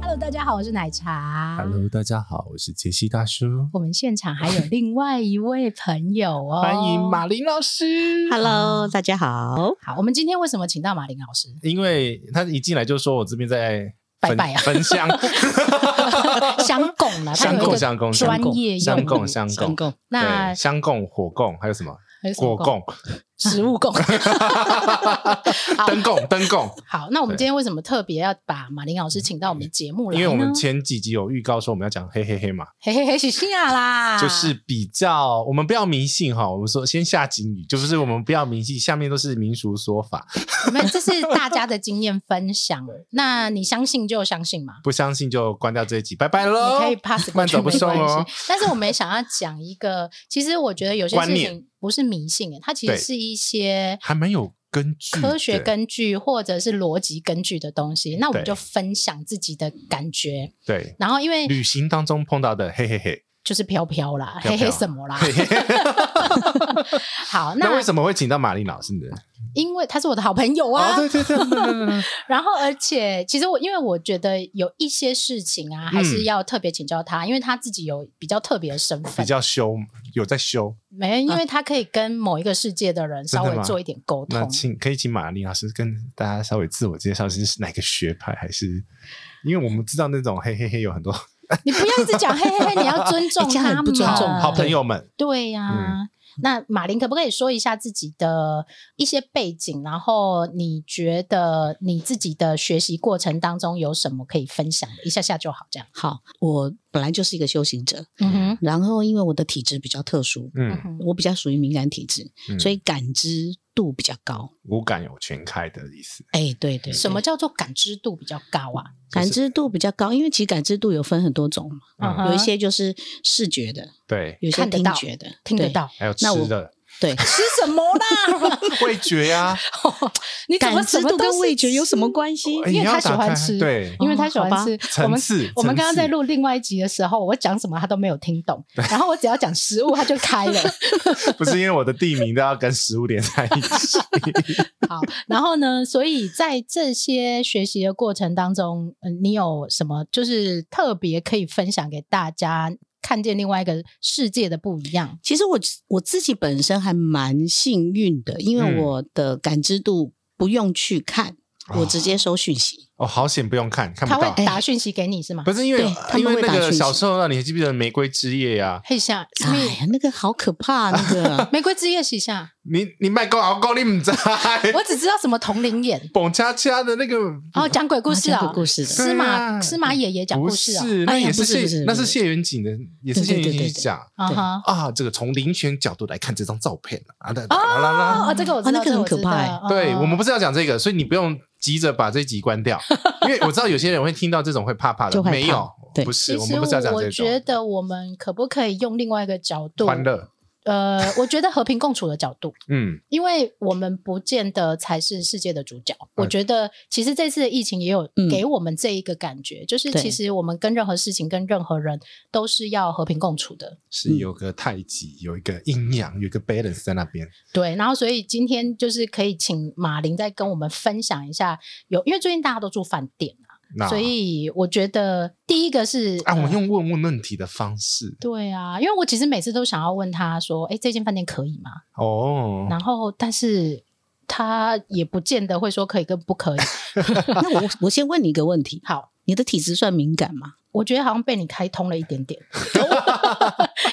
Hello，大家好，我是奶茶。 Hello，大家好，我是杰西大叔，我们现场还有另外一位朋友哦，欢迎马林老师。 Hello，大家好。好，我们今天为什么请到马林老 师？因为他一进来就说我这边在拜焚拜啊焚香，相供啦，他相有一供个相供专业用语相供相相供供。 那对，香供火供还有什么还有什么火供、食物 供。灯 供灯供？好，那我们对今天为什么特别要把马林老师请到我们节目来因呢？为我们前几集有预告说我们要讲嘿嘿嘿嘛，嘿嘿嘿，许信亚啦， 就是比较我们不要迷信哈，我们说先下警语，就是我们不要迷信，下面都是民俗说法，我们这是大家的经验分享。那你相信就相信嘛，不相信就关掉这一集，拜拜喽。你可以 pass 过慢去走没不关系送哦。。但是我们想要讲一个，其实我觉得有些观事念情不是迷信欸耶，它其实对是一些还蛮有根据的，科学根据或者是逻辑根据的东西。那我们对就分享自己的感觉，对然后因为旅行当中碰到的，嘿嘿嘿。就是飘飘啦，飘嘿飘嘿什 么啦。嘿嘿嘿好，那那为什么会请到马丽老师呢？因为他是我的好朋友啊哦，，对对对，对对对 对然后，而且，其实我因为我觉得有一些事情啊，还是嗯要特别请教他，因为他自己有比较特别的身份比，较修，有在修。没，因为他可以跟某一个世界的人稍真的微吗做一点沟那通。请可以请马丽老师跟大家稍微自我介绍是哪个学派，还是因为我们知道那种嘿嘿嘿有很多你不要一直讲嘿嘿嘿，你要尊重你这样他很嘛，不尊重好朋。友们，对呀、那马林可不可以说一下自己的一些背景？然后你觉得你自己的学习过程当中有什么可以分享的？一下下就好，这样。好，我本来就是一个修行者，嗯哼，然后因为我的体质比较特殊，嗯嗯，哼，我比较属于敏感体质，嗯所以感知度比较高。五感有全开的意思。哎，对对对什么叫做感知度比较高啊？感知度比较高？因为其实感知度有分很多种嘛，嗯嗯哼有一些就是视觉的，对，有一些看得听到觉的，听得对。到。 还有吃那我的 对，吃什么啦？味觉啊呀，你怎么感什知么度都跟是味觉有什么吃？关系？哎因为你要他喜打欢开吃对因为他喜欢哦好吧吃，我层们次。我们层刚刚在次录另外一集的时候，我讲什么他都没有听懂，然后我只要讲食物，他就开 了。不是因为我的地名都要跟食物连在一起，好，然后呢，所以在这些学习的过程当中，嗯，你有什么就是特别可以分享给大家，看见另外一个世界的不一样？其实我我自己本身还蛮幸运的，因为嗯我的感知度不用去看，哦我直接收讯息。哦，好险不用看，看他不会到。打讯息给你是吗？不是因为哎对他们因为会那打个讯息小时候，那你还记不记得《玫瑰之夜》啊呀？嘿下，哎呀，那个好可怕，那个玫瑰之夜喜下，你你卖高熬高，你唔知道？ 我只知道什么铜铃眼，蹦恰恰的那个然后讲鬼故啊事讲啊 鬼，故事的。司马对啊司马爷爷讲故不事啊，是，那哎呀也不是谢不是那不是是谢元景的，也是对对谢元对景对对讲啊哈。啊，这个从遴选角度来看这张照片啊，啦啦啦啦哦，这个我知道，哦那个很可这怕我知道对嗯我哦们不是要讲这个，所以你不用急着把这集关掉，因为我知道有些人会听到这种会怕怕的 就，害怕没有，对不是，其我实们不是要讲我这觉种得我们可不可以用另外一个角度？欢乐，呃，我觉得和平共处的角度，嗯，因为我们不见得才是世界的主角。我嗯觉得其实这次的疫情也有嗯给我们这一个感觉，就是对其实我们跟任何事情、跟任何人都是要和平共处的。是有个太极，有一个阴阳，有一个 balance 在那边，对，然后所以今天就是可以请马林再跟我们分享一下，有因为最近大家都住饭店啊，那所以我觉得第一个是啊，我呃们用问问问题的方式对啊，因为我其实每次都想要问他说：“哎，这间饭店可以吗？”哦，然后，但是他也不见得会说可以跟不可以。那我我先问你一个问题，好，你的体质算敏感吗？我觉得好像被你开通了一点 点，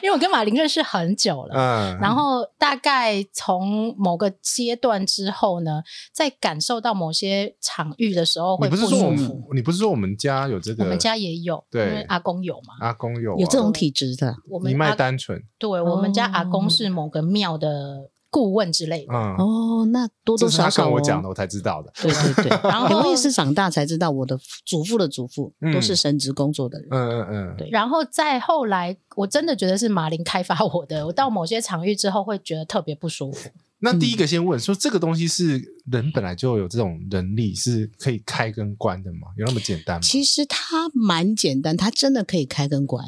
因为我跟马林认识很久了。嗯，然后大概从某个阶段之后呢，在感受到某些场域的时候你会不是说我舒们服。，你不是说我们家有这我个？们家也有，因对为阿公有嘛。阿公有啊有这种体质的我一们脉阿单纯，对我们家阿公哦是某个庙的顾问之类的。嗯，哦，那多这多是他少少跟哦我讲的，。我 才知道的，对对对，然后哎我也是长大才知道，我的祖父的祖父嗯都是神职工作的人。嗯嗯嗯，对然后再哦后来，我真的觉得是马林开发我的。我到某些场域之后，会觉得特别不舒服。那第一个先问，说这个东西是人本来就有这种能力，是可以开跟关的吗？有那么简单吗？其实它蛮简单，它真的可以开跟关。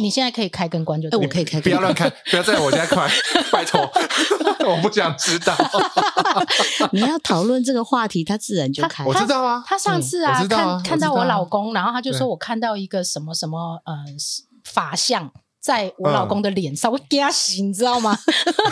你现在可以开跟关就哎，对了，我可以开不跟要关。乱看，不要在我家看， 拜托，我不想知道。你要讨论这个话题，它自然就开。我知道啊，他上嗯次我啊，知道啊我知看道看到我老公，然后他就对说我看到一个什么什么呃法相在我老嗯公的脸上，我给他洗，你知道吗？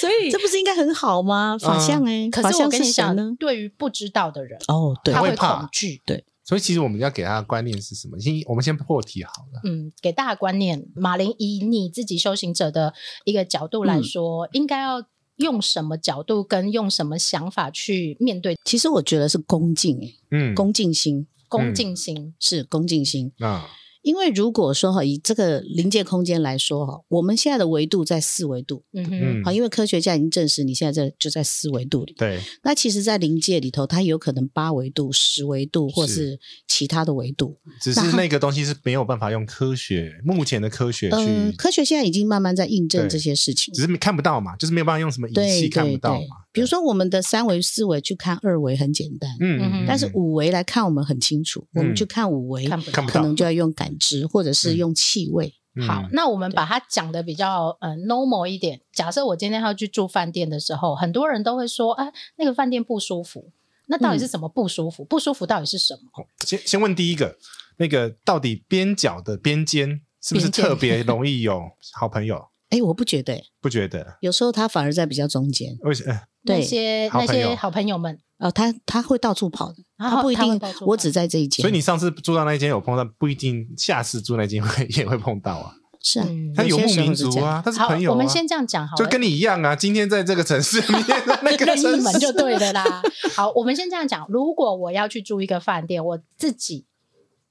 所以这，不是应该很好吗？法相嗯哎，可法是我相跟是你谁讲呢，？对于不知道的人，哦，对他，会会怕恐惧。所以其实我们要给他的观念是什么？先我们先破题好了。嗯，给大家观念，马林以你自己修行者的一个角度嗯来说，应该要用什么角度跟用什么想法去面对其实我觉得是恭敬哎，嗯，恭敬心恭敬心？是恭敬心。啊，因为如果说哈，以这个临界空间来说哈，我们现在的维度在四维度，嗯哼，嗯好，，因为科学家已经证实你现在在就在四维度里。对，那其实，在临界里头，它有可能八维度、十维度，或是其他的维度。只是那个东西是没有办法用科学目前的科学嗯、去，科学现在已经慢慢在印证对这些事情只。是看不到嘛，就是没有办法用什么仪对器看对不到对嘛。，比如说我们的三维、四维去看二维很简单，嗯，嗯，嗯但是五维来看我们很清楚，我们去看五维，看不看不可到能就要用感知，或者是嗯用气味。好，嗯那我们把它讲的比较呃 normal 一点。假设我今天要去住饭店的时候，很多人都会说，哎、那个饭店不舒服。那到底嗯是什么不舒服？不舒服到底是什么？先先问第一个，那个到底边角的边尖是不是边尖特别容易有好朋友？哎，我不觉得，不觉得？有时候它反而在比较中间。为什么？呃对那些好那朋友些好朋友们，哦，他他会到处跑的，然他后不一哦他会定到处，跑我只在这一间。所以你上次住到那一间有碰到，不一定下次住那间会也会碰到啊。是啊，嗯他游有牧些时候民是这族啊，他是好朋友、啊。我们先这样讲好了，就跟你一样啊，今天在这个城市，明天在那个 任城意门市，就对了啦。好，我们先这样讲，如果我要去住一个饭店，我自己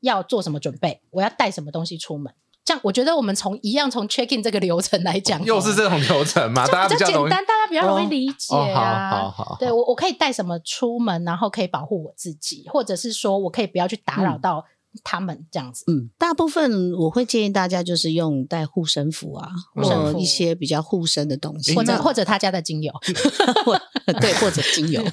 要做什么准备？我要带什么东西出门？这样，我觉得我们从一样从 check in 这个流程来讲好了，哦又是这种流程嘛，这大样家比较较容简易。单，大家比较容易哦理解哦，啊。好好好，对我，我可以带什么出门，然后可以保护我自己，或者是说我可以不要去打扰到他们这样子。嗯，大部分我会建议大家就是用带护身符啊，护身或符一些比较护身的东西，或者那或者他家的精油，或对，或者 精油。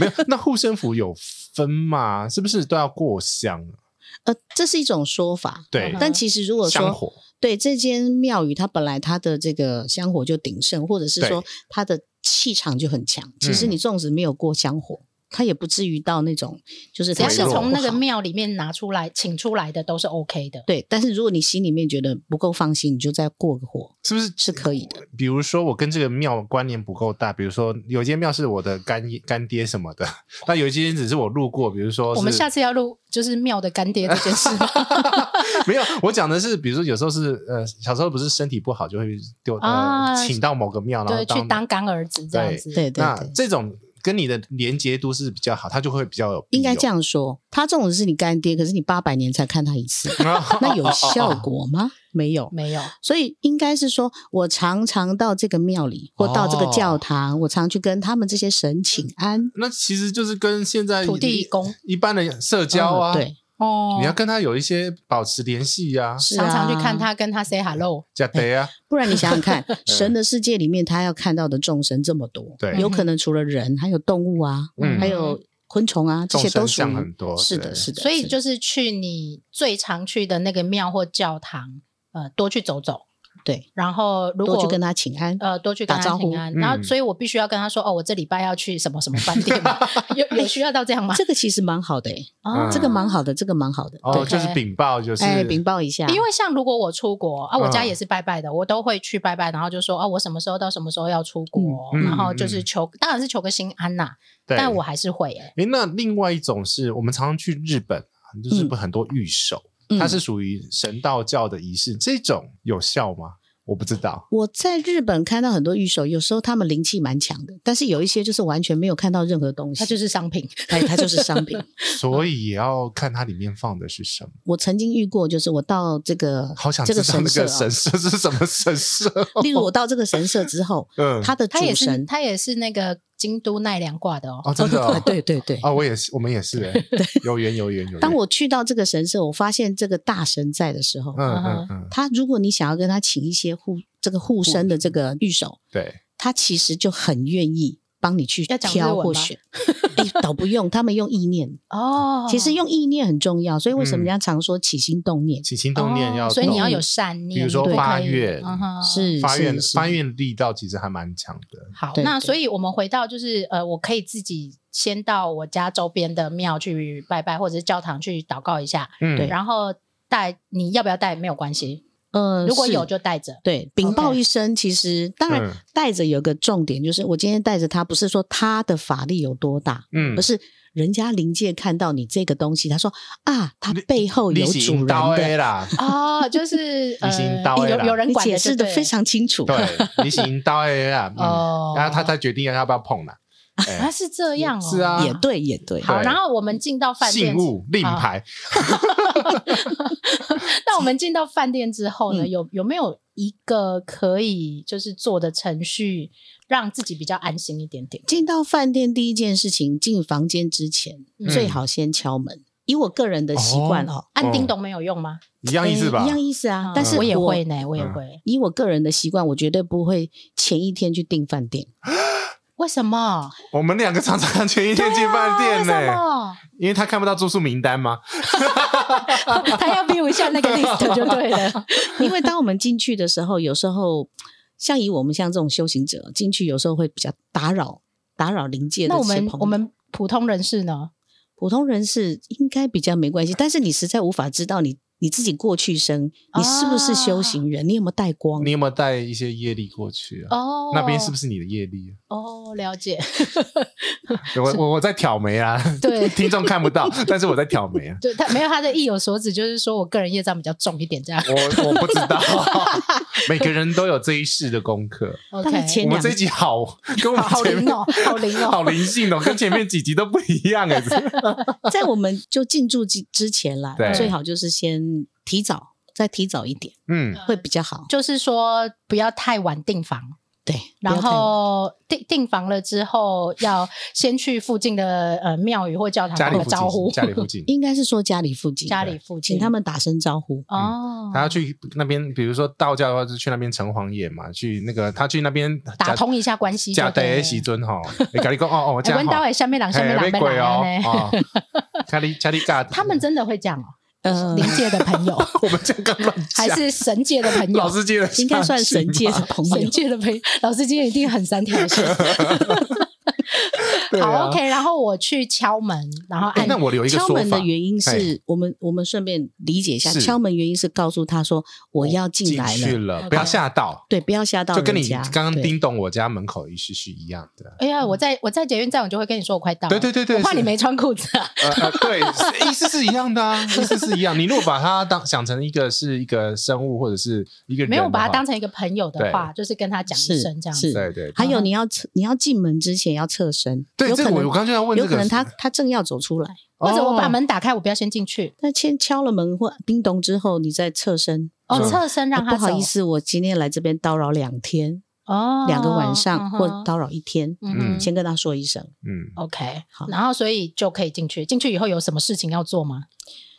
没有。那护身符有分吗？是不是都要过香啊？呃，这是一种说法。对嗯，但其实如果香说火对这间庙宇，它本来它的这个香火就鼎盛，或者是说对它的气场就很强，其实嗯你纵使没有过香火，它也不至于到那种就是只要它是效果从那不个好哦庙里面拿出来请出来的都是 OK 的。对，但是如果你心里面觉得不够放心，你就再过个火是不是？是可以的。比如说我跟这个庙关联不够大，比如说有一间庙是我的干干爹什么的， 那有一间只是我路过，比如说是我们下次要录就是庙的干爹这件事吗？ 没有，我讲的是，比如说有时候是呃小时候不是身体不好就会丢啊呃请到某个庙，然后对，去当当干儿子这样子。对对那对，这种跟你的连接度是比较好，他就会比较有应该这样。样说，他这种人是你干爹，可是你八百年才看他一 次，那有效果吗？没有。没有，呃所以应该是说，我常常到这个庙里，或到这个哦教堂，我常去跟他们这些神请安。嗯那其实就是跟现在土地公一般的社交啊，嗯对，哦你要跟他有一些保持联系呀，是常啊常去看，他，跟他 say hello。加得啊，不然你想想看， 神的世界里面他要看到的众生这么多，对有可能除了人，还有动物啊，嗯还有昆虫啊，这众些生都属于相很多，是的，对是的。所以是的就是去你最常去的那个庙或教堂，呃，多去走走。对，然后如多果去跟他请安。呃，多去跟打他招呼请安，然后嗯所以我必须要跟他说，哦，我这礼拜要去什么什么饭店嘛，有有需要到这样吗？ 这个其实蛮好的、欸，哦嗯这个蛮好的，这个蛮好的。哦，对，就是禀报，就是哎，禀报一下，哦因为像如果我出国啊，我家嗯也是拜拜的，我都会去拜拜，然后就说啊，我什么时候到什么时候要出国，嗯嗯然后就是求，当然是求个心安呐、对但我还是会哎、诶，那另外一种是我们常常去日本啊，就是嗯不很多御守，嗯它是属于神道教的仪式，这种有效吗？我不知 道。我在日本看到很多御守，有时候他们灵气蛮强的，但是有一些就是完全没有看到任何东西，它就是商品，哎，它就是商品。所以也要看它里面放的是什么。 我曾经遇过，就是我到这个好想这知个道那神社个哦、神社是什么神社哦。例如我到这个神社之后，嗯， 他的主它也是 神它也是那个京都奈良挂的哦。哦，真的哦哎，对对对。啊，我也是，我们也是，哎有缘有缘有缘。当我去到这个神社，我发现这个大神在的时候，嗯嗯嗯，他如果你想要跟他请一些护这个护身的这个御守，对，他其实就很愿意帮你去要讲日挑文或吗选。哎，倒不用，他们用意念。哦，其实用意念很重要，所以为什嗯么人家常说起心动念？起心动念要哦懂，所以你要有善念，比如说你不可以发愿嗯哼是发愿是，是发愿力道其实还蛮强的。好，对那对所以我们回到就是呃，我可以自己先到我家周边的庙去拜拜，或者是教堂去祷告一下，嗯，对然后带你要不要带没有关系，呃，如果是有就带着。对，禀报 OK 一声，其实当嗯然带着有个重点，就是我今天带着他，不是说他的法力有多大，嗯而是人家灵界看到你这个东西，他说啊，他你背后有是主人刀的，啦，哦， 就是呃已经到，位有了有人你管解的释就的对非常清楚。对，你是刀 A 啦，嗯哦，然后他才决定要不要碰啦。哎啊是这样哦，是啊 也对，也对，好，对然后我们进到饭店信，物令好牌，那我 们进到饭店之后呢，嗯有有没有一个可以就是做的程序，让自己比较安心一点点？进到饭店第一件事情，进房间之前、嗯最好先敲门。以我个人的习惯哦，按叮哦咚没有用吗？一样意思吧诶一？样意思嗯啊。但是我我也会。呢，嗯我也会。以我个人的习惯，我绝对不会前一天去订饭店。 为什么？我们两个常常前一天 进饭啊为店什呢， 么？因为他看不到住宿名单嘛。他要 view 一下 那个 list 就对了。因为当我们进去的时候，有时候像以我们像这种修行者进去，有时候会比较打扰打扰临界的 那我亲朋们友。我们普通人士呢？普通人是应该比较没关系，但是你实在无法知道你你自己过去生你是不是修行啊人，你有没有带光你？有没有带一些业力过去啊？哦，那边是不是你的业力啊？ 哦，了 解。我我我在挑眉啊，对听众看不 到，但是我在挑眉啊。对他没有他的意有所指，就是说我个人业障比较重一点这样。我我不知 道，每个人都有这一世的功课。大概 OK，前我两们这一集好跟我们好前面灵哦，好灵 哦，好灵性哦，跟前面几集都不一样哎。 在我们就进驻之之前啦对，最好就是先提早，再提早一点嗯，会比较好。就是说不要太晚订房，对，不要然太后订订房了之后要先去附近的呃庙宇或教堂家打里个附招呼近，，家里附近，应该是说家里附近，家里附近请他们打声招呼。嗯哦，他要去那边，比如说道教的话，就去那边城隍爷嘛，去那个他去那边打通一下关系就假对了，的时尊吼，你跟你讲哦哦，这哎，样问到吼哎，下面两下面嘿两被被鬼两哦呢？哦，家里家里嘎，他们真的会这样哦，呃，灵界的朋 友我们这样刚乱还讲是神界的朋啊老友？师接的应该算神 界的朋友神。界的朋友，老师今天一定很三条线。对啊好，OK，然后我去敲门，然后哎按那我有一个敲说门法的，原因哎是我们我们顺便理解一下，是敲门原因是告诉他说我要进进来去了，了， OK 不要吓到，对，不要吓到就跟你人家刚刚对叮咚我家门口一式是一样的。哎呀，我在我在捷运站，我就会跟你说我快到了。对对对对哦我怕是你没穿裤子啊。呃呃，对，是意思是一样的啊，意思是一样。你如果把它当想成一个是一个生物或者是一个人的话，没有把他当成一个朋友的对话，就是跟他讲一是声这样是子。对对还有你要侧你要进门之前要侧身，啊对，有这可个我能我刚就要问这有个，可能他他正要走出来，或者我把哦门打开，我不要先进去。但先敲了门或叮咚之后，你再侧身。哦，嗯侧身让他哎不好走意，思，我今天来这边叨扰两天，哦，两个晚上嗯或哼叨扰一天，嗯哼嗯先跟他说一声。嗯 OK，好然后所以就可以进去。进去以后有什么事情要做吗？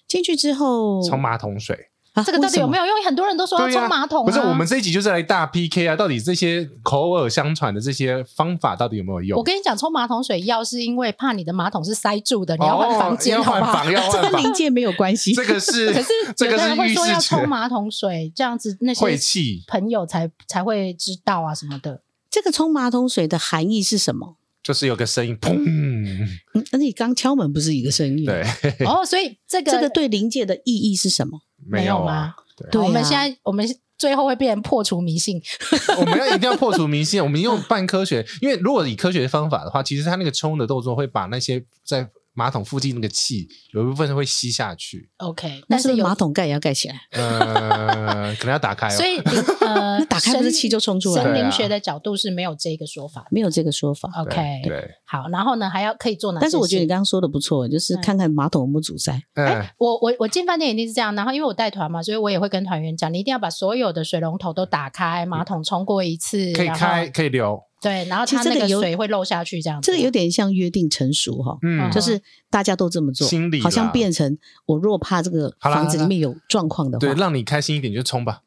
进去之后，冲马桶水。啊这个到底有没有？有用？因为很多人都说要对呀冲马桶啊，不是，我们这一集就是来大 PK 啊！到底这些口耳相传的这些方法到底有没有用？我跟你讲，冲马桶水要是因为怕你的马桶是塞住的，你要换哦房间，要好换不好？房，要换 跟房临。界没有关系。这个是，可是这有个的是人会浴说室要者冲马桶水，这样子那些晦气。朋友才才会知道啊什么的。这个冲马桶水的含义是什么？就是有个声音，砰！嗯，而且刚敲门不是一个声音。对，，哦，所以这个这个对临界的意义是什么？没有有吗啊。对啊我们现在我们最后会变成破除迷信， 我们要一定要破除迷信，我们用半科学，因为如果以科学方法的话，其实它那个冲的动作会把那些在马桶附近那个气有一部分会吸下去， OK，那但是不是是有马，桶盖也要盖起来？ 呃，可能要打开、哦。所以 灵呃，那打开不是神气就冲出来神了？对灵啊学的角度是没有这个说法的。没有这个说法。对 OK，对，好，然后呢还要可以做哪些事？但是我觉得你刚刚说的不错，就是嗯看看马桶有没有阻塞。哎嗯，我我我进饭店一定是这样，然后因为我带团嘛，所以我也会跟嗯团员讲，你一定要把所有的水龙头都打开，马桶冲过一次，可以然后开，可以留，对，然后其哦它实这那个个有水会漏下去，这样子这个有点像约定成熟哈、嗯，就就是大家都这么做，心理啦好像变成我若怕这个好啦房子里面有状况的对，话，让你开心一点就冲吧。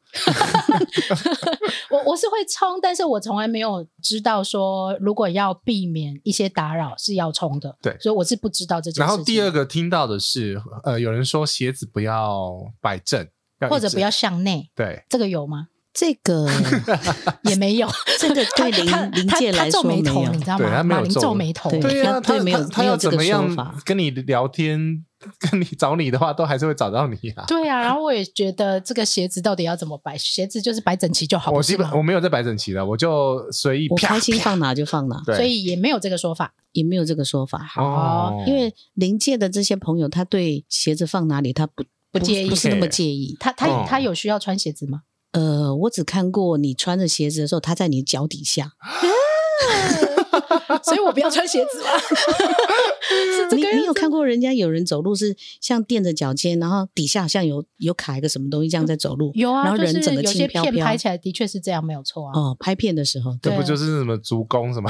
我我是会冲，但是我从来没有知道说，如果要避免一些打扰是要冲的。对所以我是不知道这件事情。然后第二个听到的是，呃，有人说鞋子不要摆正，要一或者直不要向内，对，这个有吗？这 个也没有。这个他对他临临他界他来皱说眉没头，有你。知道对吗？他没有马林皱皱眉头，对对呀、那他对没有他他没有要这怎个么样说法跟你聊天，跟你找你的话，都还是会找到你啊。对啊，然后我也觉得这个鞋子到底要怎么摆？鞋子就是摆整齐就好，我不是基本吗我没有在摆整齐的，我就随意我啪开心放哪就放哪，对，所以也没有这个说法。也没有这个说法。哦，因为临界的这些朋友，他对鞋子放哪里，他不不介意不是那么 care 介意。他他、哦他有需要穿鞋子吗？呃，我只看过你穿着鞋子的时候，他在你脚底下，所以我不要穿鞋 子吗？是这你个你有样子看过人家有人走路是像垫着脚尖，然后底下好像有有卡一个什么东西这样在走路，有啊，然后就人是整个有轻些飘片飘拍。起来的确是这样，没有错啊。哦，拍片的时候，这对，不就是什么足弓什么？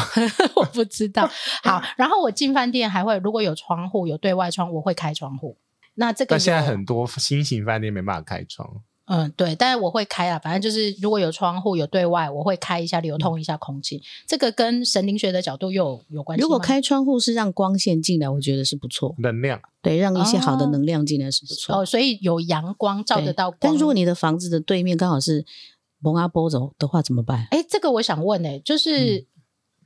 我不知道。好，然后我进饭店还会，如果有窗户有对外窗，我会开窗户。那这个但现在有很多新型饭店没办法开窗，嗯，对，但是我会开啊，反正就是如果有窗户有对外，我会开一下，流通一下空气。这个跟神灵学的角度又有有关系吗。如果开窗户是让光线进来，我觉得是不错，能量对，让一些好的哦能量进来是不错。哦，所以有阳光照得对到光。但如果你的房子的对面刚好是蒙阿波走的话，怎么办？哎，这个我想问哎、嗯就是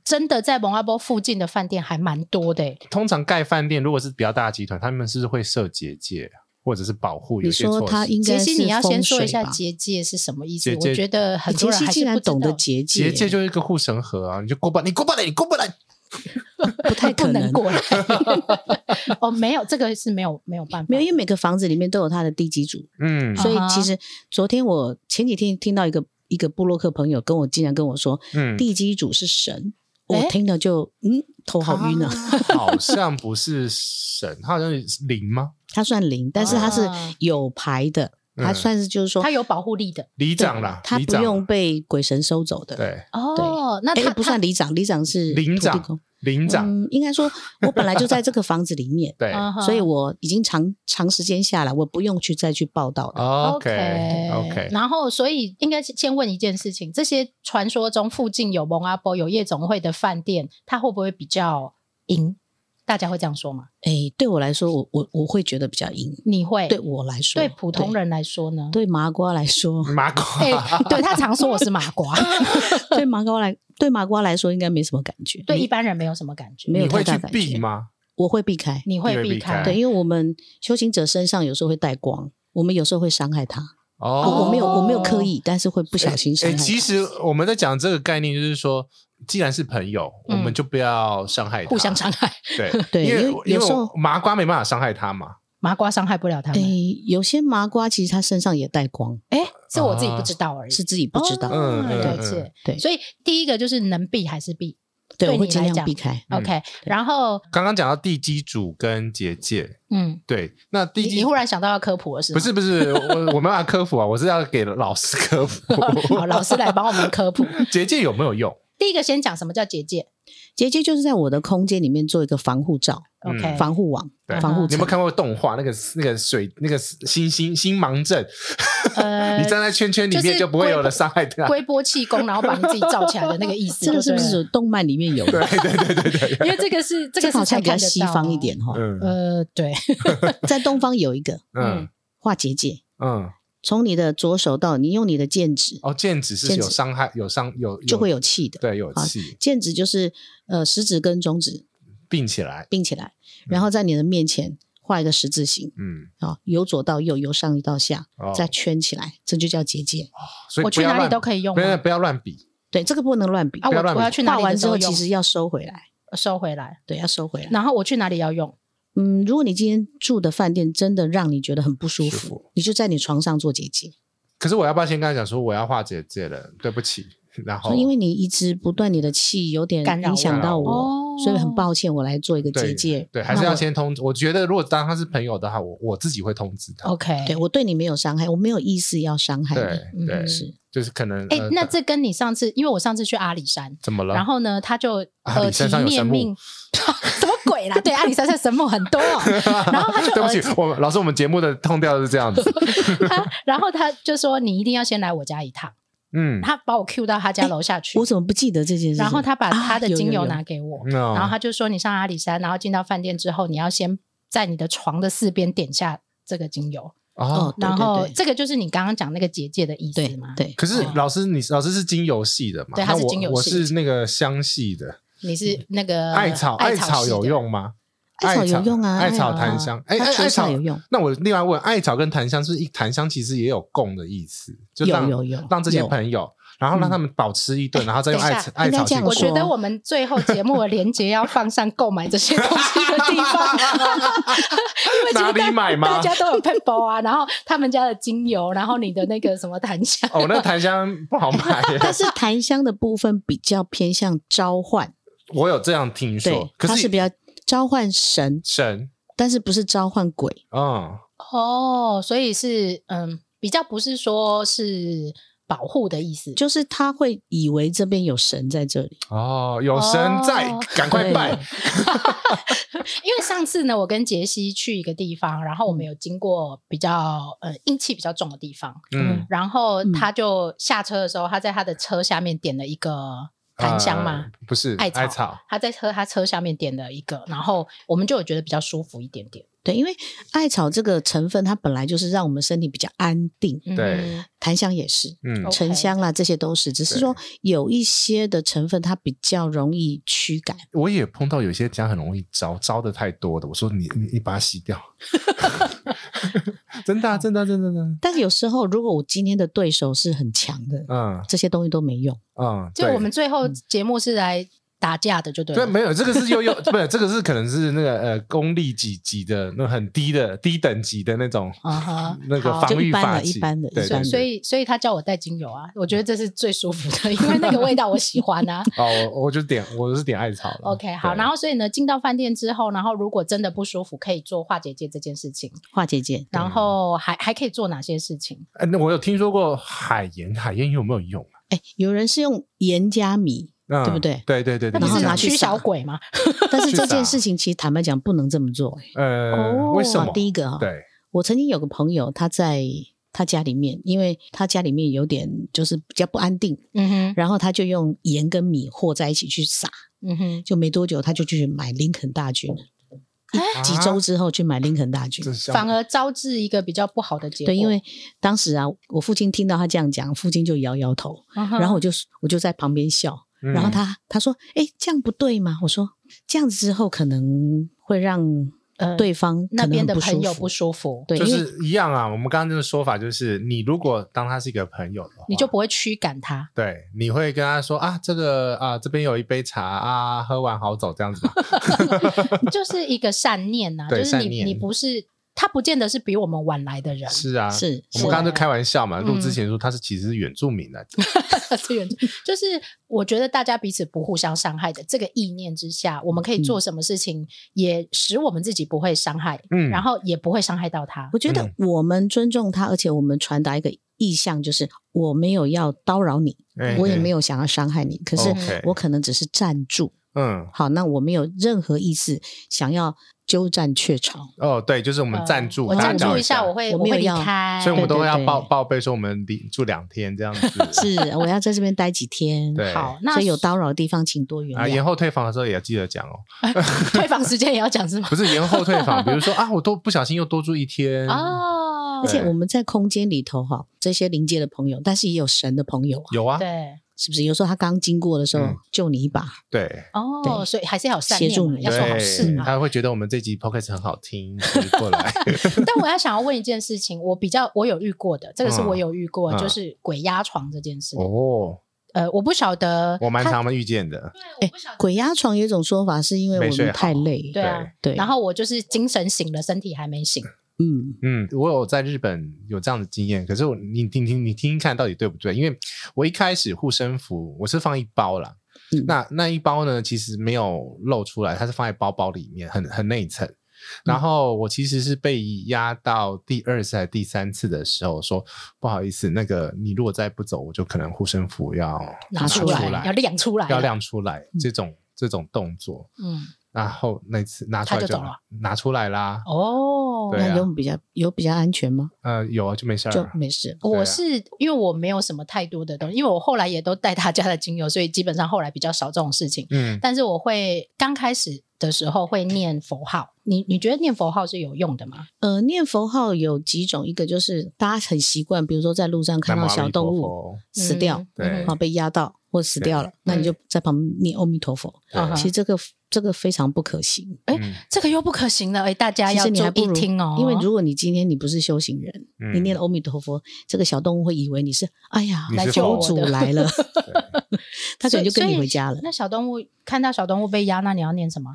真的在蒙阿波附近的饭店还蛮多的、欸，通常盖饭店如果是比较大的集团，他们是会设结界或者是保护有你些措说他施。应杰该西，是你要先风说一水下吧结界是什么意思结？我界觉得很多杰人西还竟是不知然道懂得结界，结界就是一个护城河啊，你就过不来，你过不来，你过不来。不太不可能能。过来。哦，没有，这个是没有没有办法， 没有，因为每个房子里面都有它的地基组，嗯，所以啊哈其实昨天我前几天听到一个一个布洛克朋友跟我竟然跟我说，嗯，地基组是神，诶我听了就嗯头好晕啊。 好像不是神，它好像是灵吗？它算零，但是它是啊有牌的，它嗯算是就是说它有保护力的里长啦，它里不长用被鬼神收走的。对哦。那诶，它哎不算里长，里长是灵土地长公。灵长，嗯，应啊该说，我本来就在这个房子里面 ，对嗯哼所以我已经长长时间下来，我不用去再去报道了。 ，OK OK，然后，所以应该先问一件事情：这些传说中附近有蒙阿波、有夜总会的饭店，它会不会比较赢？大家会这样说吗？哎，对我来说，我我我会觉得比较硬。你会对我来说，对普通人来说呢？对，对麻瓜 来说，麻瓜，哎、 对他常说我是麻瓜，嗯对麻瓜来对麻瓜来说，应该没什么感觉。对你一般人没有什么感觉。没有你会太大去感避觉，吗？我会避开。你会你会避避开开对，因为我们修行者身上有时候会带光，我们有时候会伤害他。哦我我没有我没有刻意，但是会不小心伤哎，害他。其实我们在讲这个概念，就是说，既然是朋友，我嗯们就不要伤害他，互相伤 害，对对因因为为因有时为候麻瓜没办法伤害他嘛，麻瓜伤害不了他哎们。，有些麻瓜其实他身上也带光，哎、是我自己不知道而已。是自己不知道。哦啊嗯嗯了嗯解。对所以第一个就是能避还是避。对，我对会你尽来量讲避开。嗯 OK，然后刚刚讲到地基主跟结界，嗯，对，那地你基你忽然想到要科普了是吗？不是不是，我我没办法科普啊，我是要给老师科 普 好，老师来帮我们科普。 结界有没有用？第一个先讲什么叫结界结界就是在我的空间里面做一个防护罩、嗯，OK？防护网对、、防啊护你有没有层。看过动画那个那个水那个星星星盲阵？ 呃你站在圈圈里就面是就不会有人伤害他。龟波气功，然后把你自己罩起来的那个意思， 这个是不就对是了？动漫里面有？对对对对对，因为这个是这这个是好才像比较看得西到啊方一。点哈。嗯呃，对，在东方有一个嗯画结界，嗯，从你的左手到你用你的剑指，哦，剑指是剑指有伤害，有伤有就会有气的。对有好气剑指就是呃食指跟中指并起来，并起来，然后在你的面前画一个十字形嗯，啊，由左到右，由上到下，哦再圈起来，这就叫结界。所以我不去要哪里乱都可以啊用不要吗不要乱比，对，这个不能乱比啊，。不要我乱我要比去哪画里完的时之候后，用其实要收回来，收回来，对，要收回来。然后我去哪里要用？嗯，如果你今天住的饭店真的让你觉得很不舒服，舒服你就在你床上做结界，可是我要不要先跟他讲说我要画结界了？对不起，然后哦因为你一直不断你的气有点干扰影响到到我我，所哦以很抱歉，我来做一个对结界。对，还是那要我先通知。我觉得如果当他是朋友的话，我我自己会通知他。 OK，哦对我对你没有伤害，我没有意思要伤害对你。对，是就是可能嗯哎、呃那这跟你上次，因为我上次去阿里山，怎么了？然后呢，他就阿里耳提山上有面神木命， 什么鬼啦？对，阿里山上神木很 多、然后他就呃对不耳起，我们老师，我们节目的痛调是这 样子。他， 然后他就说你一定要先来我家一趟，嗯，他把我 Q 到他家楼下去，我怎么不记得这件事情？然后他把他的啊有精有油有拿给我，那然后他就说你上阿里山，然后进到饭店之后，你要先在你的床的四边点下这个精油，哦哦，对然后对对这个就是你刚刚讲那个结界的意对思嘛？，对，可是老师，你老师是精油系的嘛？哦对那他是我精油我系是那个香系的。你是那个嗯艾草，艾草呃系有的。用吗？艾草有用啊艾艾草草檀啊香，哎，它艾除艾草煞有用。那我另外问，艾草跟檀香是不是一檀香其实也有共的意思，就有让有有让这些有朋友，然后让他们保持一顿，然后再用嗯哎等一艾下草艾应该草这去样我做。觉得我们最后节目的连接要放上购买这些东西的 地方，因为其哪实里大买吗大家都有 p a p e 啊，然后他们家的精油，然后你的那个什么檀香，哦，那檀香不好买耶， 但是檀香的部分比较偏向召唤，我有这样听说对，，可它是比较召唤神，神，但是不是召唤鬼。嗯，哦，所以是嗯，比较不是说是保护的意思，就是他会以为这边有神在这里，哦，有神在哦，赶快拜，因为上次呢，我跟杰西去一个地方，然后我们有经过比较呃阴气比较重的地方，嗯，然后嗯他就下车的时候，他在他的车下面点了啊一个檀香嘛呃，？不是，艾草艾草，他在车他车下面点了一个，然后我们就有觉得比较舒服一点点。对，因为艾草这个成分，它本来就是让我们身体比较安定，嗯对檀香也是，嗯 OK 沉香啊啦这些都是，只是说有一些的成分它比较容易驱赶，我也碰到有些家很容易招招的太多的，我说你你你把它洗掉， 真的啊真的啊真的啊真的但是有时候如果我今天的对手是很强的，啊，这些东西都没用。嗯嗯，就对我们最后节目是来打架的，就对对了。没有这个是悠 悠，不是这个是可能是那个呃功力几级的那很低的低等级的那种啊哈那个好防就一御般法的一器，般的一对般对，的所以，所以他叫我带精油啊，我觉得嗯这是最舒服的，因为那个味道我喜欢 啊。哦，我我就点我是点艾草了嗯 OK，好，对然后所以呢，进到饭店之后，然后如果真的不舒服，可以做化结界这件事情，华姐姐，然后还还可以做哪些事情？哎那我有听说过海盐，海盐有没有用啊？哎，有人是用盐加米，嗯对不对对对对对，那不你是讲拿去驱撒小鬼吗？但是去这撒件事情其实坦白讲不能这么做。哎哦呃，为什啊么？第一个啊，对，我曾经有个朋友，他在他家里面，因为他家里面有点就是比较不安定，嗯哼，然后他就用盐跟米和在一起去撒，嗯哼，就没多久他就去买林肯大军了，哎一几周之后去买林肯大军啊这。哦香反而招致一个比较不好的结果。对，因为当时啊，我父亲听到他这样讲，父亲就摇摇头，嗯哼，然后我就我就在旁边笑，嗯然后他他说：“哎、这样不对吗？”我说：“这样子之后可能会让呃对方那可能边很的不舒朋友服不舒服，对，就因为是一样啊。我们刚刚这个说法就是，你如果当他是一个朋友的话，你就不会驱赶他。对，你会跟他说啊，这个啊，这边有一杯茶啊，喝完好走这样 子嘛。就是一个善念呐、啊对就是善你念你不是他，不见得是比我们晚来的人，是啊，是我是们刚刚就开玩笑嘛，嗯录之前说他是其实是原住民啊的， 是原住就是我觉得大家彼此不互相伤害的这个意念之下，我们可以做什么事情，也使我们自己不会伤害，嗯，然后也不会伤害到他。我觉得我们尊重他，而且我们传达一个意向，就是我没有要叨扰你，哎我也没有想要伤害你，可是 OK 我可能只是站住。嗯。好，那我没有任何意思想要鸠占鹊巢。哦，对，就是我们暂住，呃我打站扰住一下，下，我会我我没有会离要开。所以我们对都对要对报报备说我们离住两天这样子， 是，我要在这边待几天。对好，那所 以有叨扰的地方，请多原啊，谅。延后退房的时候也要记得讲哦，退房时间也要讲是吗？不是延后退 房，比如说啊，我都不小心又多住一天，哦，而且对我们在空间里头哈，这些临界的朋友，但是也有神的朋友啊，有啊，对是不是？有时候他刚经过的时候、嗯救你一把，对，哦，对所以还是要有善协念助嘛，你要做好事对嘛。 他会觉得我们这集 podcast 很好听，所以过来。但我要想要问一件事情，我比较我有遇过的，这个是我有遇过，嗯嗯就是鬼压床这件事。哦，呃，我不晓得，我蛮常遇见的，鬼压床有一种说法是因为没我睡们好太累，对啊，对然后我就是精神醒了，身体还没醒。嗯，嗯，我有在日本有这样的经验，可是我你听听你听听看到底对不对？因为我一开始护身符我是放一包啦，嗯那那一包呢，其实没有露出来，它是放在包包里面，很很内层。嗯然后我其实是被压到第二次还是第三次的时候说，不好意思，那个你如果再不走，我就可能护身符要拿出出来要亮出来，要，亮出来嗯这种这种动作。嗯，然后那次拿出来他就就走了拿出来啦，哦，对啊那有比较有比较安全吗？呃，有啊，就没事就儿。没事。对啊我是因为我没有什么太多的东西，因为我后来也都带他家的精油，所以基本上后来比较少这种事情。嗯，但是我会刚开始的时候会念佛号，你你觉得念佛号是有用的吗？呃，念佛号有几种，一个就是大家很习惯，比如说在路上看南到无阿小弥陀动物佛，死掉，嗯对啊、被压到或死掉了，那你就在旁边念阿弥陀佛。对嗯其实这个这个非常不可行，哎嗯这个又不可行了，哎，大家其要实你注还不意如听哦，因为如果你今天你不是修行人，嗯你念了阿弥陀佛，这个小动物会以为你是哎呀你是来佛救我主的来 了， 对他可能就所以跟所你以回家了。那小动物看到小动物被压，那你要念什么？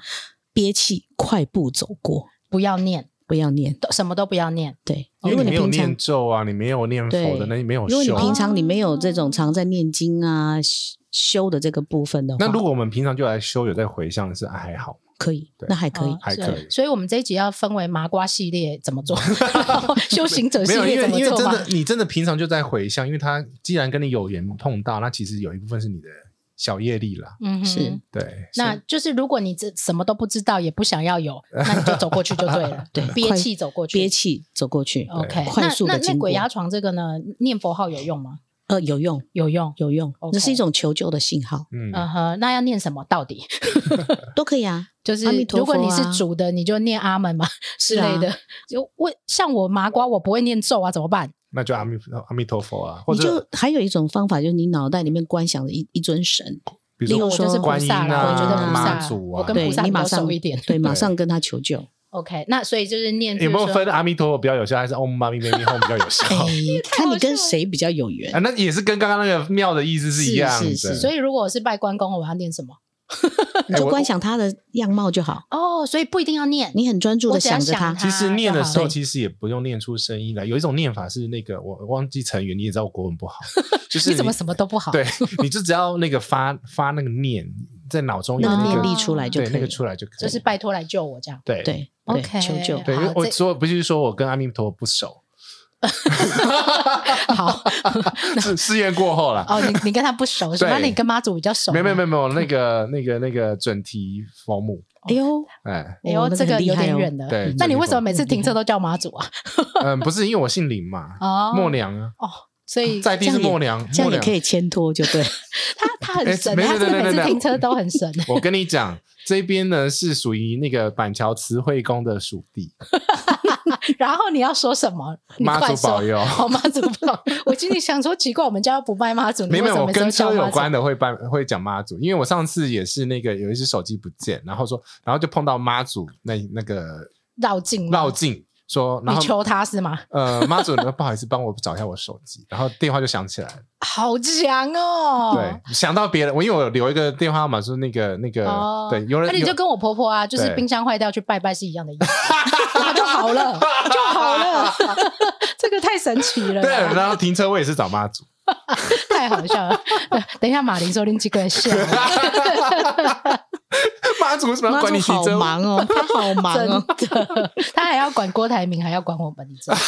憋气，快步走过，不要念，不要念。都什么都不要念。对，因如为哦果你没有平念常咒啊，你没有念佛的，对那你没有如果你修。啊平常你没有哦这种常在念经啊、修修的这个部分的话，那如果我们平常就来修，有在回向是还好，可以对，那还可以哦。还是可以所以我们这一集要分为麻瓜系列怎 么做，然后修行者没系有，因列为怎么因为做真嘛？的你真的平常就在回向，因为他既然跟你有缘碰到，那其实有一部分是你的小业力啦。嗯哼是对，那就是如果你这什么都不知道，也不想要有，那你就走过去就 对了，对憋快气走过去，憋气走过去， OK，快速那的那经那过鬼，压床这个呢，念佛号有用吗？呃，有用，有用。有用哦 OK，这是一种求救的信号，嗯，嗯哼，那要念什么？到底都可以啊。就是阿弥，陀如佛啊果你是主的，你就念阿门嘛之是啊类的。就我像我麻瓜，我不会念咒啊，怎么办？那就阿弥阿弥陀佛啊，或你就者还有一种方法，就是你脑袋里面观想的一一尊神，比例如如我说说就是菩观音啊萨啦，我觉得菩妈萨，祖我啊，跟对菩萨你比马较上熟一点。对，马上跟他 求救。 OK，那所以就是念，有没有譬如说分阿弥陀佛比较有效，还是嗡妈咪咪咪吽比较有效？，哎 看你好跟笑了谁比较有啊，缘，那也是跟刚刚那个庙的意思是一样的。是是所以如果我是拜关公，我要念什么？你就我观想他的样貌就好。哦，所以不一定要念。你很专注我的只要着想他，他其实念的时候，对其实也不用念出声音来。有一种念法是那个，我忘记成语，你也知道我国文不好，就是你怎么什么都不好？ 对，你就只要那个发发那个念在脑中有那个那念个力出来就对可那以个了。出来就可以，就是拜托来救我这样。对对 OK 哦对，求救。对，因为好我这说不是说我跟阿弥陀佛不熟， 好，是试验过后啦。哦，你你跟他不熟是吧？对那你跟妈祖比较熟吗。没有没有没有没有那个那个那个准提佛母，哎呦，哎，哎呦，哦那这很个厉有害点哦远了。对那你为什么每次停车都叫妈祖啊？嗯，不是因为我姓林嘛，哦，默娘啊，哦，所以在地是默娘，这默 样也娘可。以牵拖，就 对。他他很神，哎没他没真没的每没次没停车都 很神。我跟你讲，这边呢是属于那个板桥慈惠宫的属地，然后你要说什么？你妈快祖保说。佑。哦，妈祖保佑！我心里想说，奇怪，我们家又不拜妈祖，你 没有为没什有，么我每次跟都叫车有妈祖？关的会办会讲妈祖，因为我上次也是那个有一只手机不见，然后说，然后就碰到妈祖那那个绕境吗绕，境，说然你后求他是吗？呃妈祖，不好意思，帮我找一下我手机，然后电话就响起来了，好强哦！对，想到别人，我因为我有留一个电话号码，说那个那个哦，对，有人那你就有跟我婆婆啊，就是对冰箱坏掉去拜拜是一样的意思，那就好了，就好了， 这个太神奇了，对，啊然后停车位也是找妈祖， 太好笑了。 对等一下，马林说拎几个线，妈祖为什么要妈管祖你停好车位？忙哦，他 好忙真哦。的，他还要管郭台铭，还要管我们，你知道吗？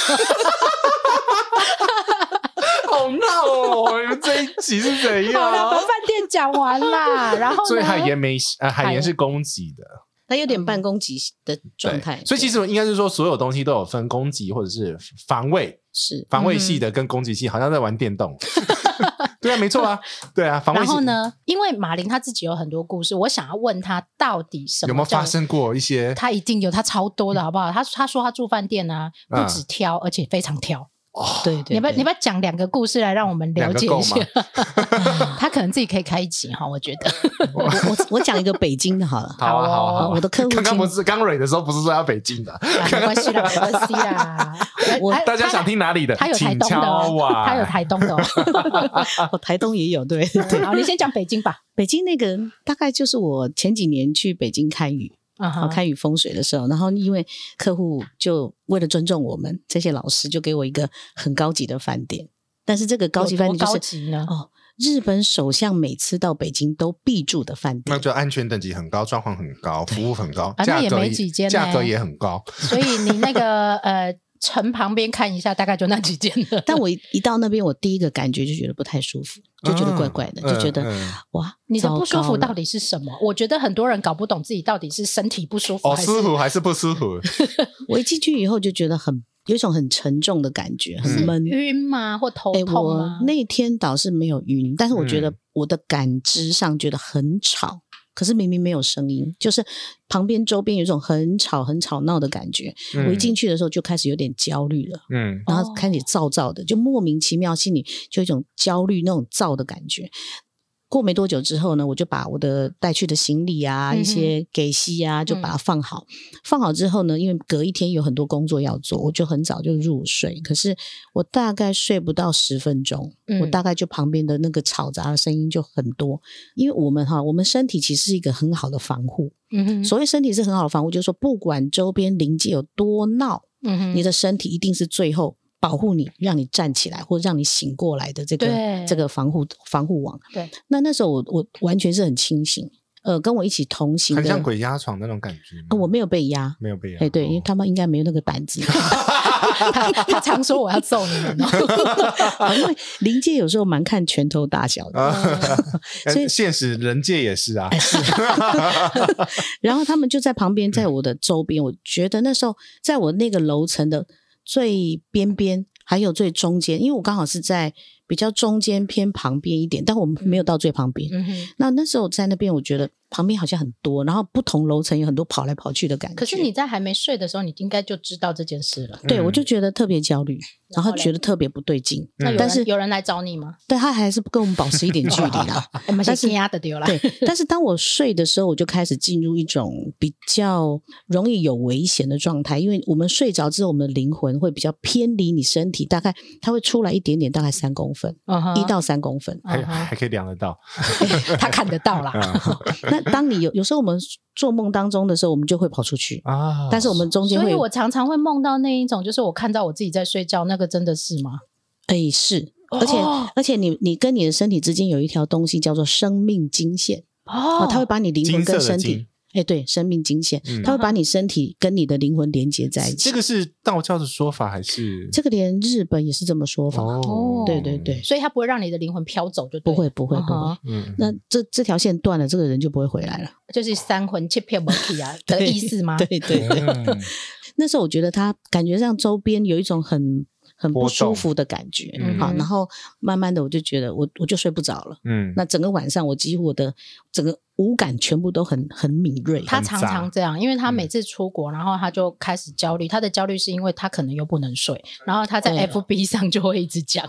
好闹哦！你们这一集是怎好了，样？把饭店讲完啦，然后哎所以海呢？盐没呃，海海盐盐是攻击的，他有嗯点半攻击的状态，对所以其实应该是说，所有东西都有分攻击或者是防卫，是防卫系的跟攻击系，好像在玩电 动。对啊，没错啊，对啊，防卫然系后呢？因为马林他自己有很多故事，我想要问他到底什么有没有叫发生过一些他一定有，他超多的好不好？他他说他住饭店啊，不嗯止挑，而且非常挑。啊对你对。要不要你对要不要讲两个故事来让我们了两解个够一吗。下？？ 他可能自己可以开一集哈，我觉得。我我我讲一个北京的好了好啊，好啊，好好啊我的客户刚刚经不是刚蕊的时候，不是说要北京的，啊没关系啦，没关系啦。我哎大家想听？哪里的？他他有台请东的敲哦，啊！他有台东的哦。 我台东也有对。好，你先讲北京吧。北京那个大概就是我前几年去北京看雨，啊好哈，看雨风水的时候，然后因为客户就为了尊重我们这些老师，就给我一个很高级的饭店，但是这个高级饭有店多高就是级呢？哦，日本首相每次到北京都必住的饭那店。就安全等级很高，状况很高，服务很高，啊那价也格没几间价呢格也很高。所以你那个呃城旁边看一下，大概就那几间了。但我一一到那边，我第一个感觉就觉得不太舒服，就觉得怪怪的，嗯就觉得、嗯嗯哇，你的不舒服糟到糕了底是什么？我觉得很多人搞不懂自己到底是身体不舒服哦，还是舒服还是不舒 服？我一进去以后就觉得很有一种很沉重的感觉，很是闷。晕吗，或头哎，痛我吗？那天倒是没有晕，但是我觉得嗯我的感知上觉得很吵，可是明明没有声音，就是旁边周边有一种很吵、很吵闹的感觉。我一进去的时候就开始有点焦虑了。嗯，然哦后开始躁躁的，就莫名其妙心里就有一种焦虑、那种躁的感觉。过没多久之后呢，我就把我的带去的行李啊、嗯哼嗯一些给息啊，就把它放好。放好之后呢，因为隔一天有很多工作要做，我就很早就入睡。可是我大概睡不到十分钟，嗯我大概就旁边的那个吵杂的声音就很多。因为我们哈，我们身体其实是一个很好的防护。嗯哼所谓身体是很好的防护，就是说不管周边邻界有多闹，嗯哼你的身体一定是最后保护你，让你站起来或让你醒过来的这对个这个防护防护网。对，那那时候我我完全是很清醒，呃，跟我一起同行很的，像鬼压床那种感觉吗。呃我没有被压。没有被压。哎，对，因为哦他们应该没有那个 胆子，他他常说我要揍你们 哦，啊因为临界有时候蛮看拳头大小 的。啊，所以哎现实人界也是啊，然后他们就在旁边，在我的周边，我觉得那时候在我那个楼层的最边边，还有最中间，因为我刚好是在比较中间偏旁边一点，但我们没有到最旁边，嗯哼。那那时候在那边，我觉得旁边好像很多，然后不同楼层有很多跑来跑去的感觉。可是你在还没睡的时候，你应该就知道这件事了。对、嗯我就觉得特别焦虑，然后后嘞觉得特别不对劲。那嗯有嗯但人是有人来找你吗？但他还是跟我们保持一点距离啦。我们啊但是先压的丢啦。 对，但是当我睡的时候，我就开始进入一种比较容易有危险的状态，因为我们睡着之后，我们的灵魂会比较偏离你身体，大概它会出来一点点，大概三公分，嗯哼，一到哎三公分。还嗯 哼还可以量得到。嗯他看得到 啦。那当你有有时候我们做梦当中的时候，我们就会跑出去，啊， 但是我们中间所会以有我常常会梦到那一种，就是我看到我自己在睡觉，那个真的是吗？哎，是，而且、哦而且你你跟你的身体之间有一条东西叫做生命经线哦它会把你灵金魂色跟的身金体，，哎，对，生命经线，嗯它会把你身体跟你的灵魂连接在一起。这个是道教的说法还是这个连日本也是这么说法，哦对对对，所以它不会让你的灵魂飘走，就对不了会不会嗯不会。哼嗯，那这这条线断了，这个人就不会回来了。就是三魂七魄不体 啊的对意思吗？对对对， 嗯那时候我觉得他感觉上周边有一种很很波不舒动服的感觉，嗯好，哼然后慢慢的我就觉得我我就睡不着了。嗯，那整个晚上我几乎我的整个五感全部都很很敏锐。他常常这样，因为他嗯每次出国，然后他就开始焦虑。他的焦虑是因为他可能又不能睡，然后他在对啊 FB 上就会一直讲。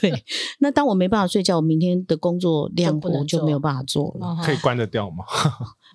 对， 那当我没办法睡觉，我明天的工作量就不能我就做没有办法做了。嗯哼可以关得掉吗？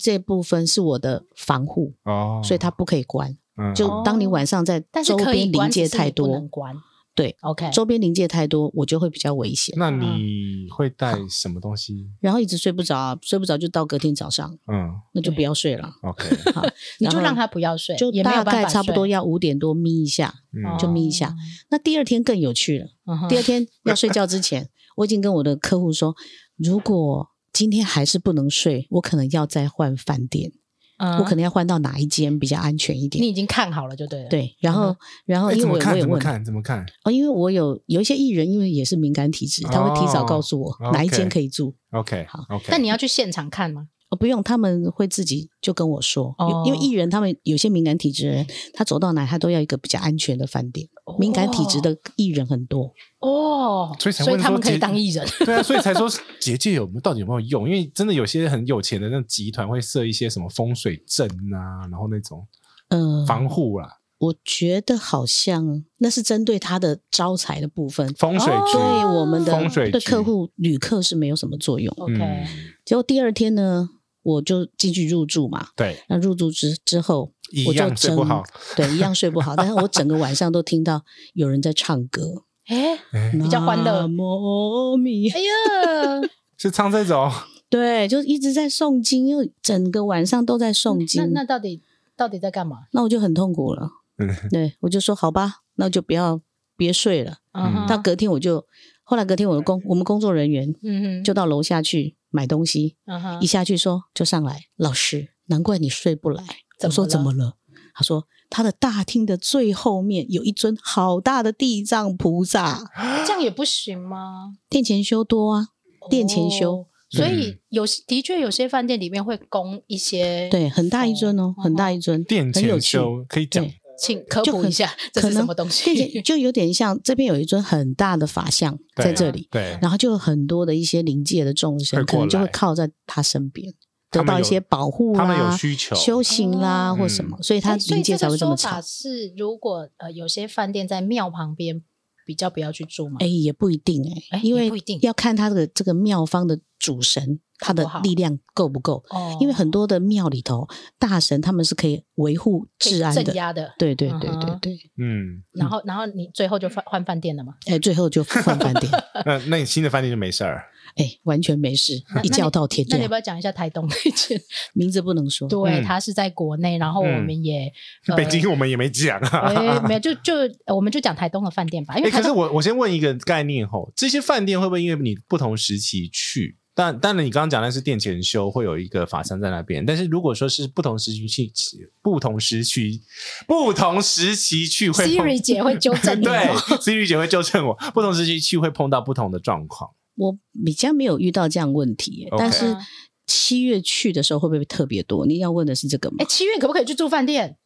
这部分是我的防护，哦，所以它不可以关。嗯就当你晚上在哦但是周可以边临关，界只是太你不能多，关。对 OK，周边临界太多，我就会比较危险。那你会带什么东西？然后一直睡不着啊，睡不着就到隔天早上，嗯那就不对要睡了。 ，OK，好，你然就后让他不要睡，就也没有大办概法差不多睡要五点多眯一下。嗯，就眯一下。那第二天更有趣了。嗯哼第二天要睡觉之前，我已经跟我的客户说，如果今天还是不能睡，我可能要再换饭店，嗯我可能要换到哪一间比较安全一你嗯点。已经看好了，就对了。对，然后，然后哎因怎么为我我看？也怎么问看？怎么看？哦，因为我有有一些艺人，因为也是敏感体质，他会提早告诉我哦哪一 OK 间可以住。 OK，好 OK，但你要去现场看吗？哦，不用，他们会自己就跟我说，哦因为艺人他们有些敏感体质的人，他走到哪他都要一个比较安全的饭店。哦敏感体质的艺人很多，哦，所以才所以问他说们可以结当艺人。 对啊，所以才说结界有到底有没有用？因为真的有些很有钱的那种集团会设一些什么风水阵啊，然后那种嗯、防护啦、我觉得好像那是针对他的招财的部分，风水哦局。对我们的风水对局客户旅客是没有什么作嗯用。 OK， 结果第二天呢，我就进去入住嘛，对，那入住之之后，一我就样睡不整好，对，一样睡不好，但是我整个晚上都听到有人在 唱歌，哎，比较欢乐南无阿弥哎 呀，是唱这 种对，就一直在诵经，因为整个晚上都在诵经，那那到底到底在干嘛？那我就很痛苦了。嗯对，我就说好吧，那就不要别睡了。嗯哼到隔天我就后来隔天我的工我们工作人员嗯哼，就到楼下去买东西，嗯哼一下去说就上来，老师，难怪你睡不来。怎我么说了怎么了？他说他的大厅的最后面有一尊好大的地藏菩萨，这样也不行吗？殿前修多啊，殿前修哦所嗯以有些的确有些饭店里面会供一些，，对，很大一尊哦，哦很大一尊，殿很有前趣。修可以讲对，请科就普可一下这可是什能么东殿前西。就有点像这边有一尊很大的法像对在这里，对，然后就有很多的一些灵界的众会生，过可能就会来靠在他身边，他得们到有一些保护他们有啦、需求，嗯修行啦哦或什么，所以他哎所以灵界这才个会这说么吵法。是，如果呃有些饭店在庙旁边，比较不要去住嘛哎，。也不一定哎哎，因也为不一定要看他的这个庙方的主神，他好的不好力量够不够。哦因为很多的庙里头，大神他们是可以维护可以治安镇的。压的，对对对嗯对哼对，嗯，然后然后你最后就换换饭店了嘛？哎，最后就换饭 店，那那你新的饭店就没事儿，哎，完全没事那，一那觉你到天那你亮要不。要讲一下台东那 间？名字不能说，对，嗯它是在国内，然后嗯我们也呃 北京我们也没讲哎，啊。没有，就就呃我们就讲台东的饭店吧，因哎，为可台是东我我先问一个概念吼，这些饭店会不会因为你不同时期去？但当然，你刚刚讲的是殿前修会有一个法相在那边，但是如果说是不同时期去，不同时期，不同时期去会碰 Siri 姐会纠 正你对哦。 ，Siri 姐会纠正我，不同时期去会碰到不同的状况。我比较没有遇到这样问题、 OK 但嗯是七月去的时候会不会特别多？你要问的是这个吗哎，？七月可不可以去住饭店？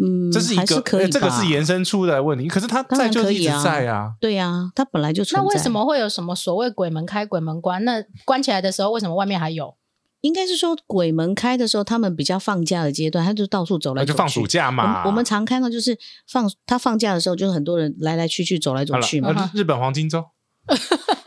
嗯，这是一还个，是可以呃吧，这个是延伸出的问题。可是它当在然就可是一以直啊在啊，对啊，它本来就存那在。为什？么会有什么所谓鬼门开、鬼门关？那关起来的时候，为什么外面还有？应该是说鬼门开的时候，他们比较放假的阶段，他就到处走来那哦就走去。放暑假我们嘛。我们常看到就是放他放假的时候，就是很多人来来去去走来好走了去嘛。呃日本黄金周，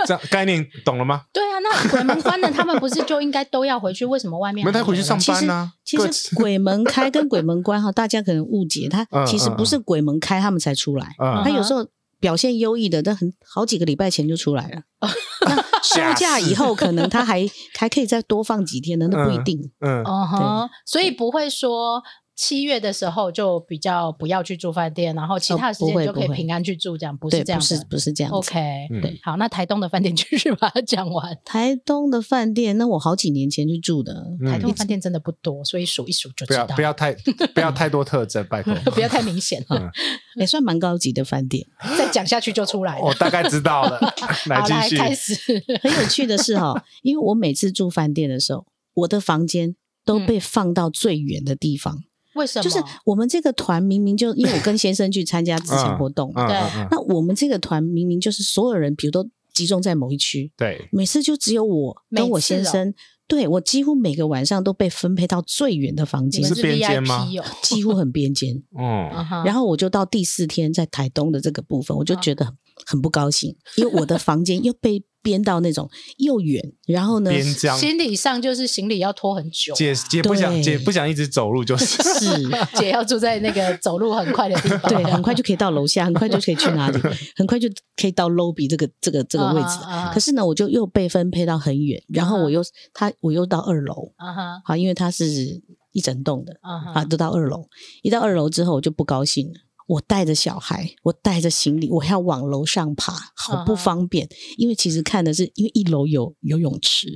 这样概念懂了 吗？对啊，那鬼门关呢？他们不是就应该都要回去？为什么外面没还他有回去呢上班呢、其各实鬼门开跟鬼门关哈，大家可能误解，它嗯其实不是鬼门开他们才出来，嗯他有时候表现优异的，但很好几个礼拜前就出来了。啊那休假 以后，可能他还还可以再多放几天的，那不一定。嗯，哦哼，所以不会说七月的时候就比较不要去住饭店，然后其哦他的时不间会就可以不会平安去住，这样不是对，这样不的是不是这样子。 OK，嗯对好，那台东的饭店继续把它讲完。台东的饭店，那我好几年前去住的，嗯台东饭店真的不多，所以数一数就不知道要。不要 太不要太多特征，拜托。不要太明显了，也算蛮高级的饭店。嗯再讲下去就出来了。哦我大概知道 了，来好，来继开续。始。 很有趣的是哈，因为我每次住饭店的时候，我的房间都被放到最远的地方。为嗯什么？就是我们这个团明明就因为我跟先生去参加之前活动，嗯对嗯嗯那我们这个团明明就是所有人，比如都集中在某一区，对，每次就只有我跟我哦先生，对我几乎每个晚上都被分配到最远的房你间们，是边间吗 VIP 哦。几乎很边间。嗯，然后后我就到第四天在台东的这个部分，我就觉得很很不高兴，因为我的房间又被编到那种又远，然后呢边疆心理上就是行李要拖很久啊，姐姐不想对姐不想一直走路， 就是是姐要住在那个走路很快的地方，对，很快就可以到楼下，很快就可以去哪里，很快就可以到 lobby 这个这个这个位置。啊哈可是呢，我就又被分配到很远，然后嗯哼我又他我又到二楼，啊哈好，因为它是一整栋的啊哈啊，都到二楼。一到二楼之后，我就不高兴了。我带着小孩，我带着行李，我要往楼上爬，好不嗯哼方便。因为其实看的是，因为一楼有游泳 池，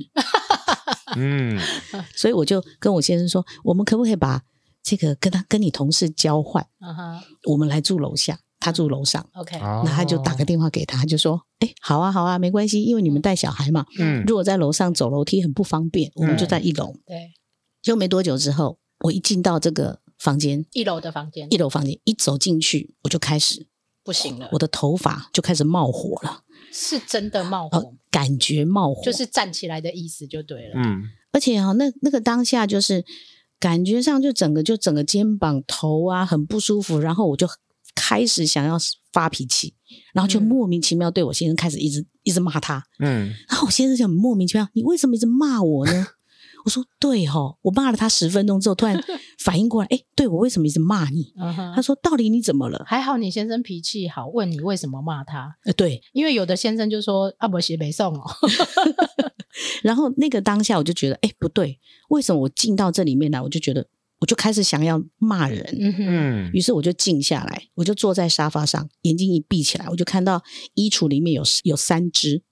嗯，所以我就跟我先生说，我们可不可以把这个跟他跟你同事交换，啊哈我们来住楼下，他嗯住楼上。 ，OK，那那他就哦打个电话给他，就说：“哎、好啊，好啊，没关系，因为你们带小孩嘛，嗯如果在楼上走楼梯很不方便，我嗯们就在一楼。对，结果没多久之后，我一进到这个房间，一楼的房间一楼房间一走进去，我就开始不行了我，的头发就开始冒火了，是真的冒哦火，，感觉冒火，就是站起来的意思就对了。嗯而且哈、那那个当下就是感觉上就整个就整个肩膀头啊很不舒服，然后我就开始想要发脾气，然后就嗯莫名其妙对我先生开始一直一直骂他。嗯然后我先生就很莫名其妙，你为什么一直骂我呢？ 我说对哦，我骂了他十分钟之后，突然反应过来，哎，对我为什么一直骂你？嗯哼他说到底你怎么了？还好你先生脾气好，问你为什么骂他，呃，对。因为有的先生就说啊，我写北宋哦，然后那个当下我就觉得，哎，不对，为什么我进到这里面来，我就觉得我就开始想要骂人。嗯哼，嗯于是我就静下来，我就坐在沙发上，眼睛一闭起来，我就看到衣橱里面有有三只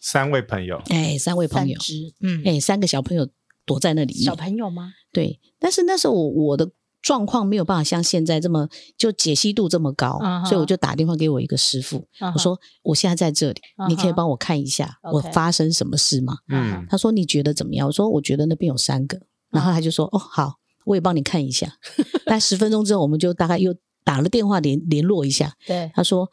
三位朋友，哎，三位朋三友，只，嗯，哎，三个小朋友躲在那里面，小朋友吗？对，但是那时候我我的状况没有办法像现在这么就解析度这么高嗯哼所以我就打电话给我一个师傅嗯哼我说我现在在这里嗯哼你可以帮我看一下 OK 我发生什么事吗嗯，他说你觉得怎么样？我说我觉得那边有三个，然后他就说哦好，我也帮你看一下。但十分钟之后，我们就大概又打了电话联联络一下，对，他说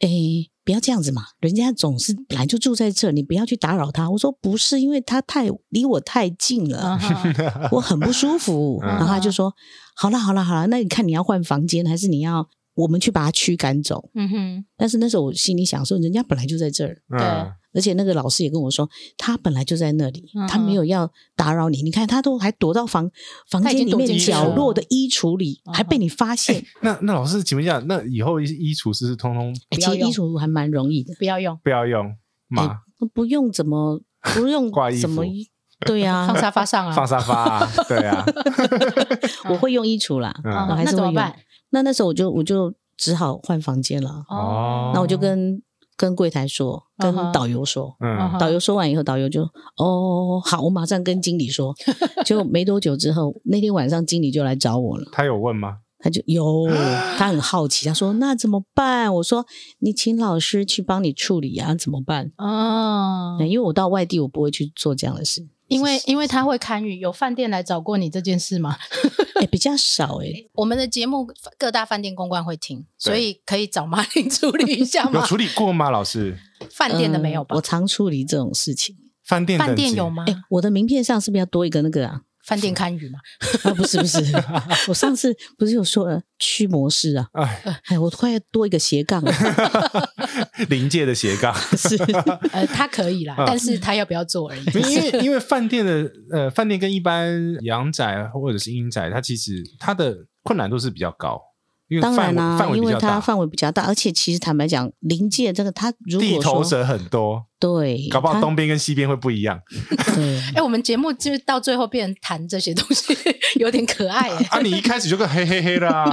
诶。不要这样子嘛，人家总是本来就住在这，你不要去打扰他。我说不是，因为他太离我太近了，嗯哼我很不舒服。嗯然后他就说：“好了，好了，好了，那你看你要换房间，还是你要我们去把他驱赶走嗯哼，？”但是那时候我心里想说，人家本来就在这儿，嗯，而且那个老师也跟我说，他本来就在那里，嗯他没有要打扰你。你看，他都还躲到房房他已经间里躲面进哦去了角落的衣橱里，嗯还被你发现。那那老师，请问一下，那以后衣橱是不是通通 不哎其要实衣用橱还蛮容易的，不要用，不要用吗？哎不用怎 么不用挂衣服怎么。对呀、放沙发上放啊，沙发 啊，对啊，我会用衣橱啦，嗯我嗯还那是怎会么用。办？那那时候我就我就只好换房间了。哦那我就跟跟柜台说，跟嗯哼导游说。嗯嗯哼导游说完以后，导游就哦好，我马上跟经理 说。就没多久之后，那天晚上经理就来找我了，他有问吗？他就有， 他很好奇，他说那怎么办？我说你请老师去帮你处理啊，怎么办？哦那，因为我到外地，我不会去做这样的事，因为因为他会堪舆，有饭店来找过你这件事吗？哎，比较少哎。 我们的节目各大饭店公关会听，所以可以找马林处理一下有吗？处理过吗？老师，饭店的没有吧呃我？常处理这种事情。饭店饭等级店有吗？哎，我的名片上是不是要多一个那个啊？饭店堪舆嘛？啊，不是不是，我上次不是有说了驱魔师啊？哎，哎，我快要多一个斜杠了。临界的斜杠，是，呃，他可以啦，但是他要不要做而已。因 为因为饭店的呃，饭店跟一般阳宅或者是阴宅，它其实它的困难度是比较高，因为当范然围啦、啊范围因比为较它大，范围比较大，而且其实坦白讲，临界这个它如地果头说蛇很多，对，搞不好它东嗯边跟西边会不一样。对，哎，我们节目就是到最后变成谈这些东西， 有点可爱耶。啊，你一开始就跟黑黑黑的 啊，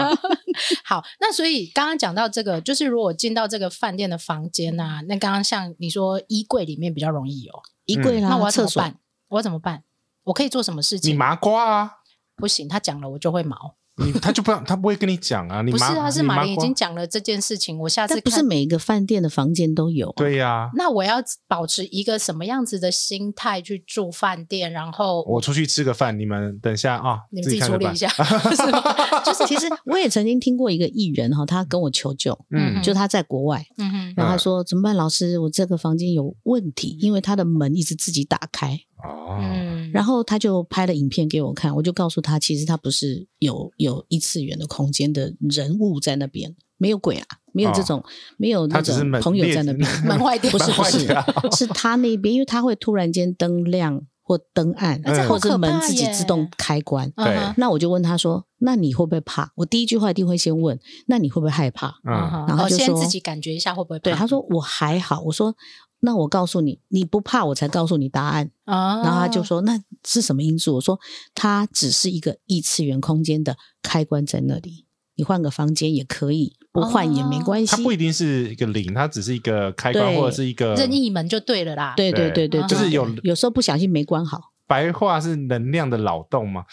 好，那所以刚刚讲到这个，就是如果进到这个饭店的房间啊，那刚刚像你说衣柜里面比较容易有，衣柜啦、那我要怎厕么所，办？我要怎么办？我可以做什么事你情？麻瓜啊，不行，他讲了我就会毛。你他就不让他不会跟你讲啊，你不是麻啊，是你麻马林已瓜经讲了这件事情，我下次但不是看每一个饭店的房间都有、啊。对呀，那我要保持一个什么样子的心态去住饭店？然后我出去吃个饭，你们等一下啊，你们自己看着处理办一。下， 是吗？就是其实我也曾经听过一个艺人哈，他跟我求救，嗯就他在国外，嗯 哼，然后他说、怎么办，老师，我这个房间有问题，因为他的门一直自己打开，哦，嗯，然后他就拍了影片给我看，我就告诉他，其实他不是有有异次元的空间的人物在那边，没有鬼啊，没有这种，没有哦他那只种是门朋友列在那边， 门 外店不是门不外是店啊，是他那边，因为他会突然间灯亮或灯暗，哎这好或者可是门怕自己耶自动开关。对嗯哼那我就问他说：“那你会不会怕？”我第一句话一定会先问：“那你会不会害怕嗯嗯，哼然后哦他就先说自己感觉一下会不会？”对，怕他说：“我还好。”我说：“那我告诉你，你不怕，我才告诉你答案。”啊，然后他就说：“那是什么因素？”我说：“它只是一个异次元空间的开关在那里，你换个房间也可以，不换也没关系。它不一定是一个零，它只是一个开关对或者是一个任意门就对了啦。对对对对对，对就是有有时候不小心没关好，白话是能量的扰动嘛？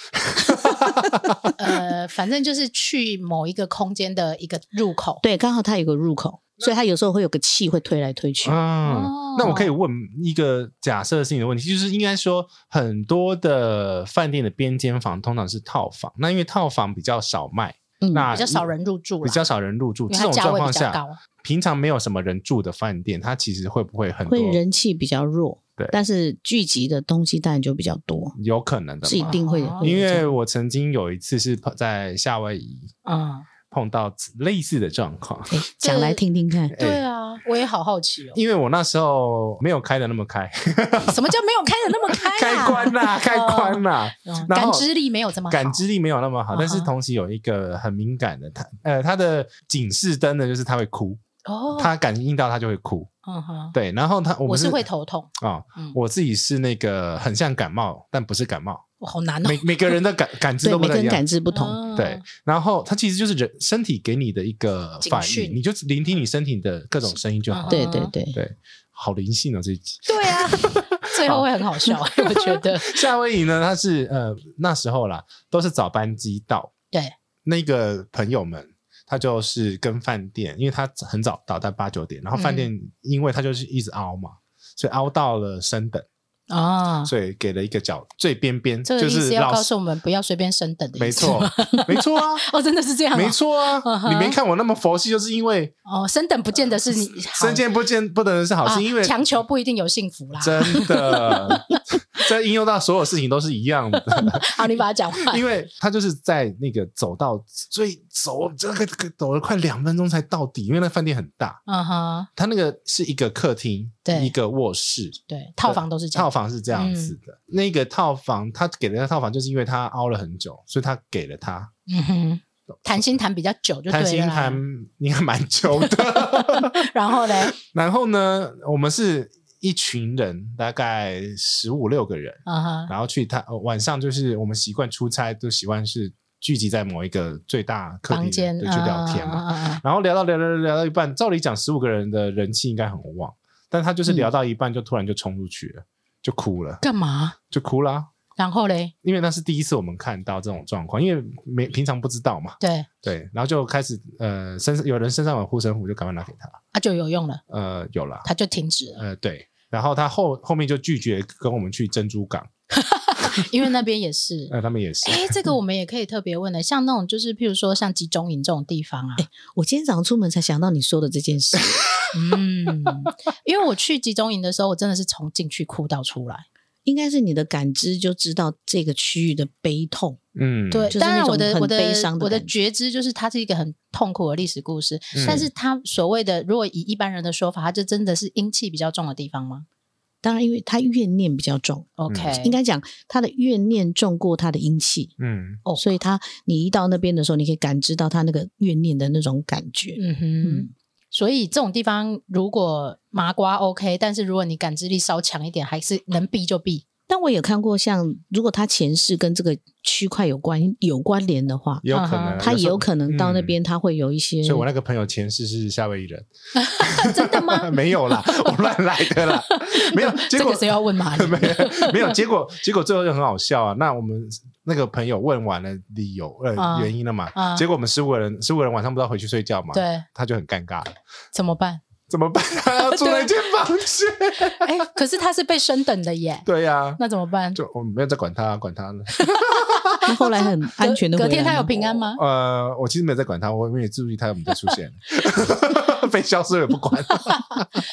呃，反正就是去某一个空间的一个入口。对，刚好它有个入口，所以它有时候会有个气会推来推去。哦嗯，那我可以问一个假设性的问题，就是应该说很多的饭店的边间房通常是套房，那因为套房比较少卖，嗯，那比较少人入住比啦，较少人入住，因为这它种价状位况比较下，高。平常没有什么人住的饭店，它其实会不会很多会？人气比较弱，对但是聚集的东西当然就比较多，有可能的嘛，是一定会。哦会有因这为样我曾经有一次是碰在夏威夷嗯，碰到类似的状况，哎讲来听听看，对啊，我也好好奇哦，哎因为我那时候没有开的那么开， 什么叫没有开的那么开 啊？开关 呐、开关呐、嗯然后感知力没有这么好感知力没有那么好，嗯哼但是同时有一个很敏感的，他呃，他的警示灯呢，就是他会哭，哦，他感应到他就会哭，嗯哼，对，然后他我我们是会头痛，啊、嗯我自己是那个很像感冒，但不是感冒，我好难哦。每每个人的感感 知对都不每个太一人样感。知不同，嗯对，，然后它其实就是人身体给你的一个警反讯嗯应，你就聆听你身体的各种声音就好了。对对对，对，好灵性哦这一集。对 啊，最后会很好笑，我觉得。夏威夷呢，它是呃那时候啦，都是早班机到。对，那个朋友们，他就是跟饭店，因为他很早到，在八九点，然后嗯饭店因为他就是一直熬嘛，所以熬到了升等，啊，所以给了一个角最边边，这个就意是思要老告师诉我们不要随便升等的没意思错吗， 没错啊， 哦，真的是这样哦，没错嗯啊，哼你没看我那么佛系，就是因为哦，升等不见 得是你好身见不见不能是好，啊是因为强求不一定有幸福啦。真 的，这应用到所有事情都是一样的。好，你把它讲完。因为他就是在那个走到最走这个这个走了快两分钟才到底，因为那饭店很大，嗯哼，他那个是一个客厅，对一个卧室，对，套房都是这套样。房是这样子嗯的。那个套房他给的那套房，就是因为他凹了很久，所以他给了他嗯哼，谈心谈比较久就对了谈啦。心谈应该蛮久的。 然后嘞，然后呢，我们是一群人，大概十五六个人，嗯哼，然后去他、呃晚上就是我们习惯出差都习惯是聚集在某一个最大客房厅间嗯对去聊天嘛。嘛。然后聊到聊聊聊到一半，照理讲十五个人的人气应该很旺，但他嗯就是聊到一半就突然就冲出去了，就哭了，干嘛？就哭啦、然后嘞，因为那是第一次我们看到这种状况，因为没平常不知道嘛，对对，然后就开始呃身上有人身上有护身符，就赶快拿给他，啊，就有用了，呃有啦，它就停止 了，呃对，然后他后后面就拒绝跟我们去珍珠港，因为那边也是。呃他们也是，哎，这个我们也可以特别 问的，像那种就是譬如说像集中营这种地方啊，我今天早上出门才想到你说的这件 事，嗯，因为我去集中营的时候，我真的是从进去哭到出来。应该是你的感知就知道这个区域的悲痛。嗯对，就是当那然我种的很我的悲伤的我的感觉知就是它是一个很痛苦的历史故事，嗯但是它所谓的如果以一般人的说法，它就真的是阴气比较重的地方吗当然，因为他怨念比较重， ？OK，、嗯应该讲他的怨念重过他的阴气，嗯哦所以他你一到那边的时候，你可以感知到他那个怨念的那种感觉。嗯哼。嗯所以这种地方如果麻瓜 OK，但是如果你感知力稍强一点，还是能避 就避。但我有看过像，如果他前世跟这个区块有关有关联的话，也有可能啊，他也时候有可能到那。嗯边他会有一些。所以我那个朋友前世是夏威夷人，真的 吗？没有啦，我乱来的 啦，没有。结 这果个谁要问玛丽？没 有没有，结果结果最后就很好笑啊。那我们那个朋友问完了理由呃、啊原因了嘛，啊结果我们十五个人十五个人晚上不知道回去睡觉嘛， 对，他就很尴尬，怎么办？怎么办？他要住 那间房间，哎、可是他是被升等的耶，对呀、啊，那怎么办？就我没有再管他，管他呢。他后来很安全 的隔回隔天来他有吗平安吗？呃，我其实没有在管他，我也没注意他有没有出现， 被消失我也不 管。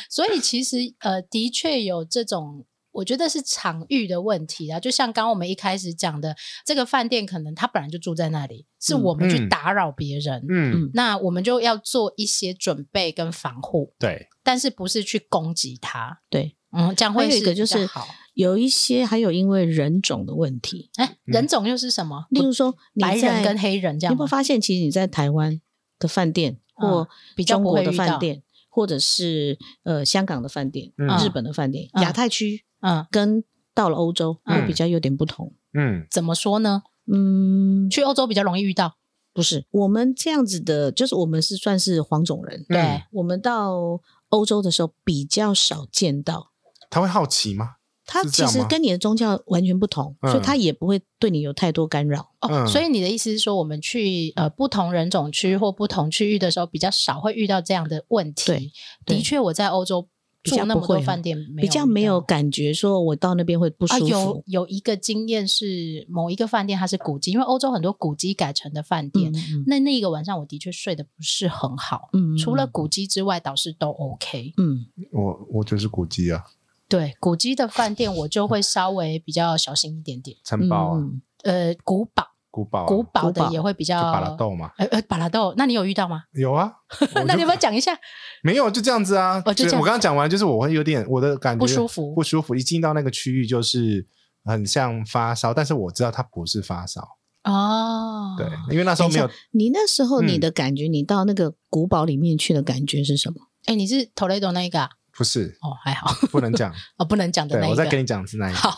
所以其实呃，的确有这种。我觉得是场域的问题啊，就像刚刚我们一开始讲的，这个饭店可能他本来就住在那里，是我们去嗯打扰别人，嗯，那我们就要做一些准备跟防护，对，但是不是去攻击他？对，嗯，这样会还有一个比较就是好。有一些还有因为人种的问题，哎，嗯人种又是什么？例如说你白人在跟黑人这你样有没有吗，发现，其实你在台湾的饭店嗯或比较中不国会的遇到饭。店，或者是呃香港的饭店、嗯日本的饭店、嗯亚太区嗯，跟到了欧洲嗯会比较有点不同。嗯怎么说呢？嗯，去欧洲比较容易遇到。不是，我们这样子的，就是我们是算是黄种人，对，嗯我们到欧洲的时候比较少见到。他会好奇吗？他是这其样实吗跟你的宗教完全不同，嗯所以他也不会对你有太多干扰。哦，嗯所以你的意思是说，我们去呃不同人种区或不同区域的时候，比较少会遇到这样的问题。对，的对确，我在欧洲比住较那不么多会啊饭店，没有比较没有遇到感觉说我到那边会不啊。舒有服。有一个经验是，某一个饭店它是古迹，因为欧洲很多古迹改成的饭嗯店。那那一个晚上，我的确睡得不是很好。嗯除了古迹之外，倒是都 OK。嗯，我我就是古籍啊，对古迹的饭店，我 就会稍微比较小心一点点。城堡啊，嗯呃，古堡古堡啊，古堡古的堡也会比就较巴拉豆嘛，呃呃，巴拉豆，那你有遇到吗？。有啊 我那你要就不要讲 一下没有，就这样子啊。哦就这样我刚刚讲完，就是我会有点我的感觉不舒服不舒服。一进到那个区域，就是很像发烧，但是我知道它不是发烧，哦？对，因为那时候没有等一你那时候嗯你的感觉，你到那个古堡里面去的感觉是什么？ 哎，你是 Toledo 那一个啊？不是哦，还好，不能 讲。哦，不能讲的对那一我个。再跟你讲是哪一个。好，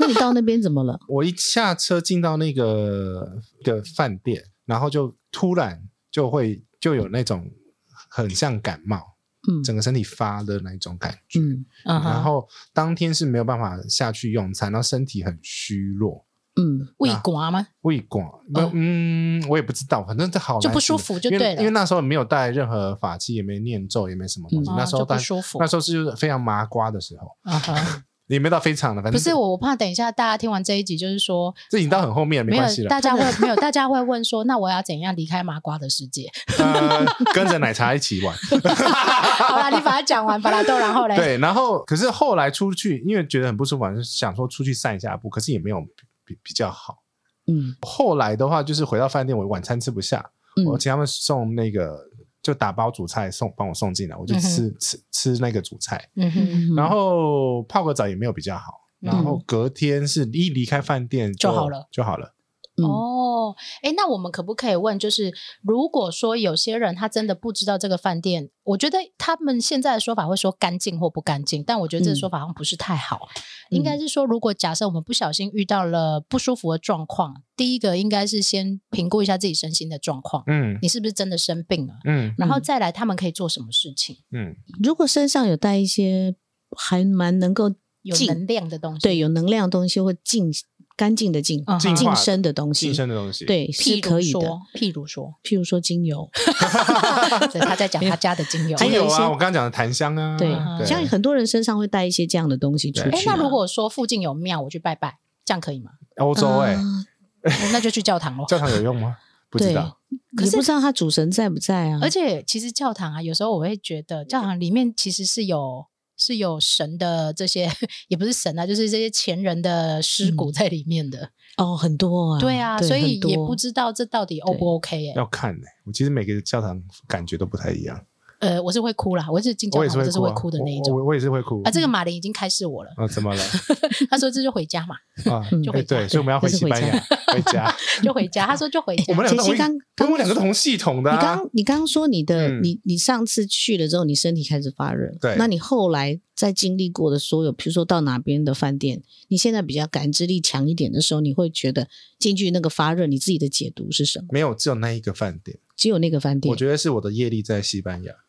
那你到那边怎么了？我一下车进到那个一个饭店，然后就突然就会就有那种很像感冒，嗯整个身体发的那一种感觉。嗯嗯哼然后当天是没有办法下去用餐，然后身体很虚弱，嗯胃刮啊吗？胃管，没有嗯，我也不知道，反正这好难就不舒服就因为对了因为那时候没有带任何法器，也没念咒，也没什么东西。嗯那啊时候就带不舒服那。时候是就是非常麻瓜的时候，嗯哼也没到非常的，反不正是我，我怕等一下大家听完这一集，就是说这已经到很后面了，没没有关系，了。大 家会没有，大家会问说，那我要怎样离开麻瓜的世界？呃，跟着奶茶一起 玩。好啦，你把它讲完，把它都然后嘞，对，然后可是后来出去，因为觉得很不舒服，就想说出去散一下步，可是也没有比比比较好。嗯后来的话，就是回到饭店，我晚餐吃不下，我嗯请他们送那个就打包煮菜送，帮我送进来，我就吃、吃吃那个煮菜，嗯哼，嗯，然后泡个澡也没有比较好，嗯然后隔天是一离开饭店就好了就好了。嗯哦，哎，那我们可不可以问，就是如果说有些人他真的不知道这个饭店，我觉得他们现在的说法会说干净或不干净，但我觉得这个说法好像不是太好，啊应嗯该是说，如果假设我们不小心遇到了不舒服的状况，第一个应该是先评估一下自己身心的状况，嗯你是不是真的生病了，嗯然后嗯再来他们可以做什么事情，嗯，如果身上有带一些还蛮能够有静能量的东西，对有能量的东西，或净干净的净嗯净化净身的东西晋，升的东西。，对是譬可如以说，的。譬如说， 譬如说精油，对，他在讲他家的精油。还精有油一些啊，我刚刚讲的檀香啊，对嗯，像很多人身上会带一些这样的东西出去啊对嘛。哎，那如果说附近有庙，我去拜拜，这样 可以吗？欧洲哎、嗯哦那就去教堂咯。教堂有用吗？不知对道。，可你是不知道他主神在不在啊？而且其实教堂啊，有时候我会觉得教堂里面其实是有是有神的这些， 也不是神啊，就是这些前人的尸骨嗯在里面的。哦，很多嗯啊，对啊，所以很多也不知道这到底 O 不 OK 耶、要看呢、我其实每个教堂感觉都不太一样，呃，我是会哭啦，我是进教我也堂是我会就是哭、会啊，哭的那一我种。我我也是会哭啊，这个马林已经开示我了，啊，怎么了？他说这就回家嘛，啊，嗯就哎回家对，所以我们要回西班牙，回家。就回家。他说就回家哎我。们两个同其实一刚我们两个同系统的、你啊。刚你刚刚说你的、嗯你你上次去了之后，你身体开始发热，对那你后来在经历过的所有，比如说到哪边的饭店，你现在比较感知力强一点的时候，你会觉得进去那个发热，你自己的解读是什么？没有，只有那一个饭店，只有那个饭店，我觉得是我的业力在西班牙。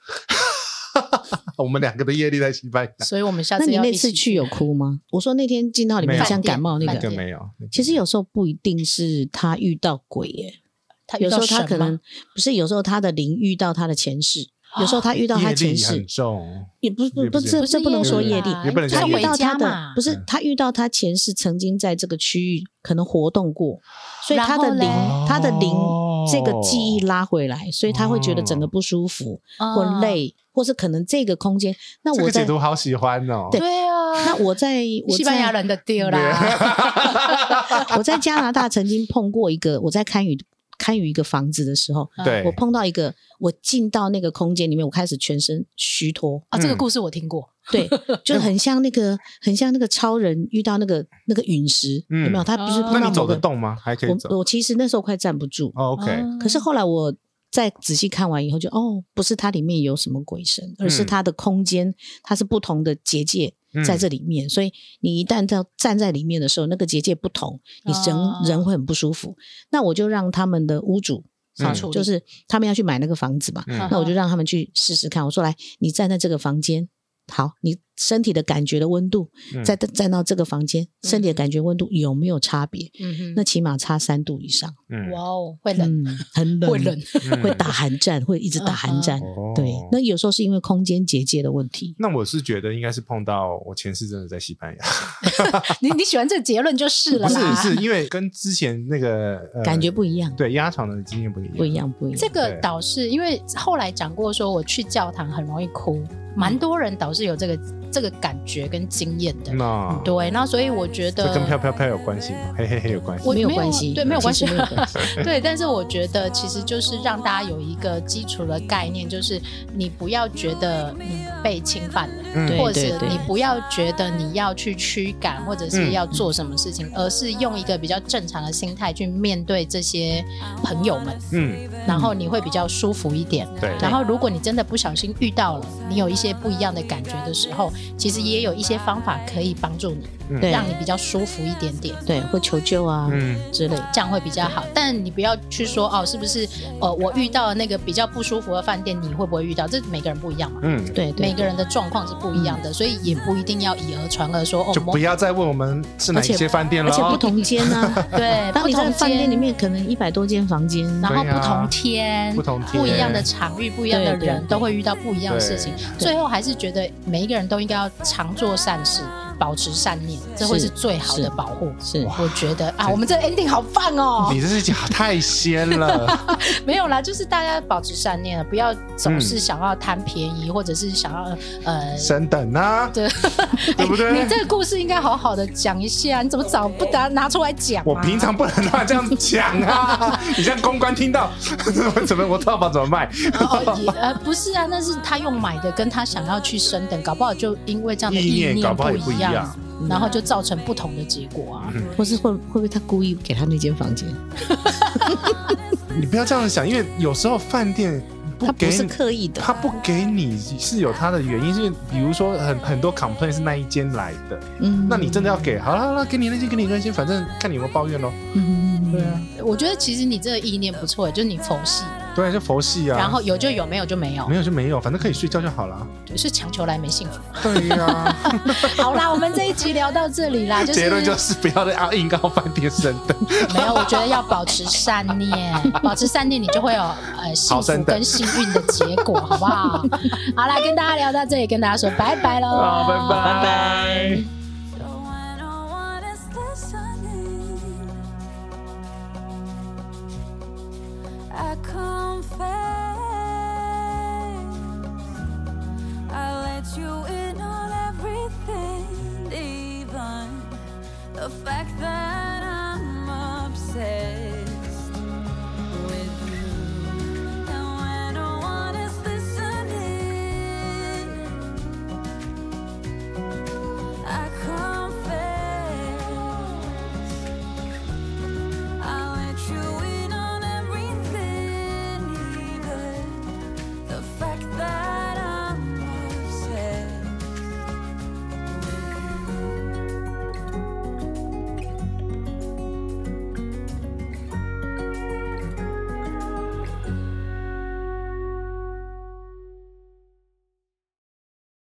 我们两个的业力在西班牙，所以我们下那次你要那一次起去有哭吗？我说那天进到里没面有像感冒那饭那个个店，没有。那个其实有时候不一定是他遇到鬼耶、他遇有时到候他神可吗啊能不是，有时候他的灵遇到他的前世，有时候他遇到他业前力世很，重，也不也不不不是是不是这不能业说力业力啦，也不能他讲业遇力到他回家的嘛不是嗯他遇到他前世曾经在这个区域可能活动过，所以然他后的灵嘞他的灵哦这个记忆拉回来，所以他会觉得整个哦不舒服啊或累，或是可能这个空间。那这我个解在读好喜欢哦。对对啊，那我在 我西班牙在人的丢啦，我在加拿大曾经碰过一个，我在看雨看雨一个房子的时候，对我碰到一个，我进到那个空间里面，我开始全身 虚脱。啊，这个嗯故事我听过，对，就很像那个，很像那个超人遇到那个那个陨石，嗯有没有？他不是哦那碰到你某走得个动吗？还可以走我。我其实那时候快站不住，哦 OK，啊可是后来我再仔细看完以后就，哦，不是它里面有什么鬼神，而是嗯它的空间，它是不同的结界嗯在这里面，所以你一旦到站在里面的时候，那个结界不同，你人、哦人会很不舒服。那我就让他们的屋主。嗯处理就是他们要去买那个房子嘛，嗯那我就让他们去试试看。我说来，你站在这个房间，好，你身体的感觉的温度，嗯再站到这个房间，身体的感觉温度有没有差别？嗯那哼，起码差三度以上，嗯哇哦，会冷，嗯，很冷，会冷，嗯嗯会打寒战，会一直打寒战。哦对，那有时候是因为空间结界的问题。那我是觉得应该是碰到我前世真的在西班牙， 你你喜欢这个结论就是了不是啦，是因为跟之前那个、呃、感觉不一样对压床的经验不一样，不一，样，不一样。嗯这个导是因为后来讲过，说我去教堂很容易哭，蛮嗯多人导是有这个这个感觉跟经验的，那对，那所以我觉嗯这得跟飘飘飘有关系吗？嘿嘿嘿有关系我，没有没有关系，对没有其关实系没有关系。 对，但是我觉得其实就是让大家有一个基础的概念，就是你不要觉得你被侵犯了，嗯对嗯或者是你不要觉得你要去驱赶，或者是要做什么事情，而是用一个比较正常的心态去面对这些朋友们，嗯然后你会比较舒服一点。对，然后，如果你真的不小心遇到了，你有一些不一样的感觉的时候，其实也有一些方法可以帮助你，对让你比较舒服一点点。对，会求救啊嗯，之类。这样会比较好，但你不要去说哦，是不是？呃，我遇到那个比较不舒服的饭店，你会不会遇到？这每个人不一样嘛，嗯，对对每个人的状况是不一样的，所以也不一定要以讹传讹说哦，就某，不要再问我们是哪一而且些饭店了而且不哦。同间啊 对， 当不你在同饭店间里，面，可能一百多间房间，然后对啊不同天，不同不一样的天场域、不一样的对对人，对都会遇到不一样的事情。对最后还是觉得每一个人都应该要常做善事，保持善念，这会是是最好的是保护。是我觉得啊，这我们这 ending 好棒哦！你这是讲太仙了， 没有啦，就是大家保持善念，啊不要总是想要贪便宜，或者是想要呃。升等啊，对，对不对哎你这个故事应该好好的讲一下，你怎么早不拿拿出来讲、啊？我平常不能乱这样子讲啊！ 你这样公关听到， 我怎么我套房怎么卖？哦也呃不是啊，那是他用买的，跟他想要去升等，搞不好就因为这样的意念念搞不好也不不一样，样嗯然后就造成不同的结果啊。或是会会不会他故意给他那间房间？你不要这样想，因为有时候饭店不他给不你，是刻意的，他不给你是有他的原因，是比如说很很多 complaint 是那一间来的，嗯那你真的要给，好了好了，给你那间，给你那间，反正看你有没有抱怨咯。嗯对啊，我觉得其实你这个意念不错，就是你佛系，对啊，就佛系啊，然后有就有，没有就没有没，有就没有，反正可以睡觉就好了。是强求来没幸福。对呀、好啦，我们这一集聊到这里 啦，就是结论就是不要再啊硬告饭店升等，没有，我觉得要保持善念， 保持善念，你就会有呃幸好福善待跟幸运的结果，好不好？好啦，跟大家聊到这里，跟大家说拜拜喽，好拜拜拜拜。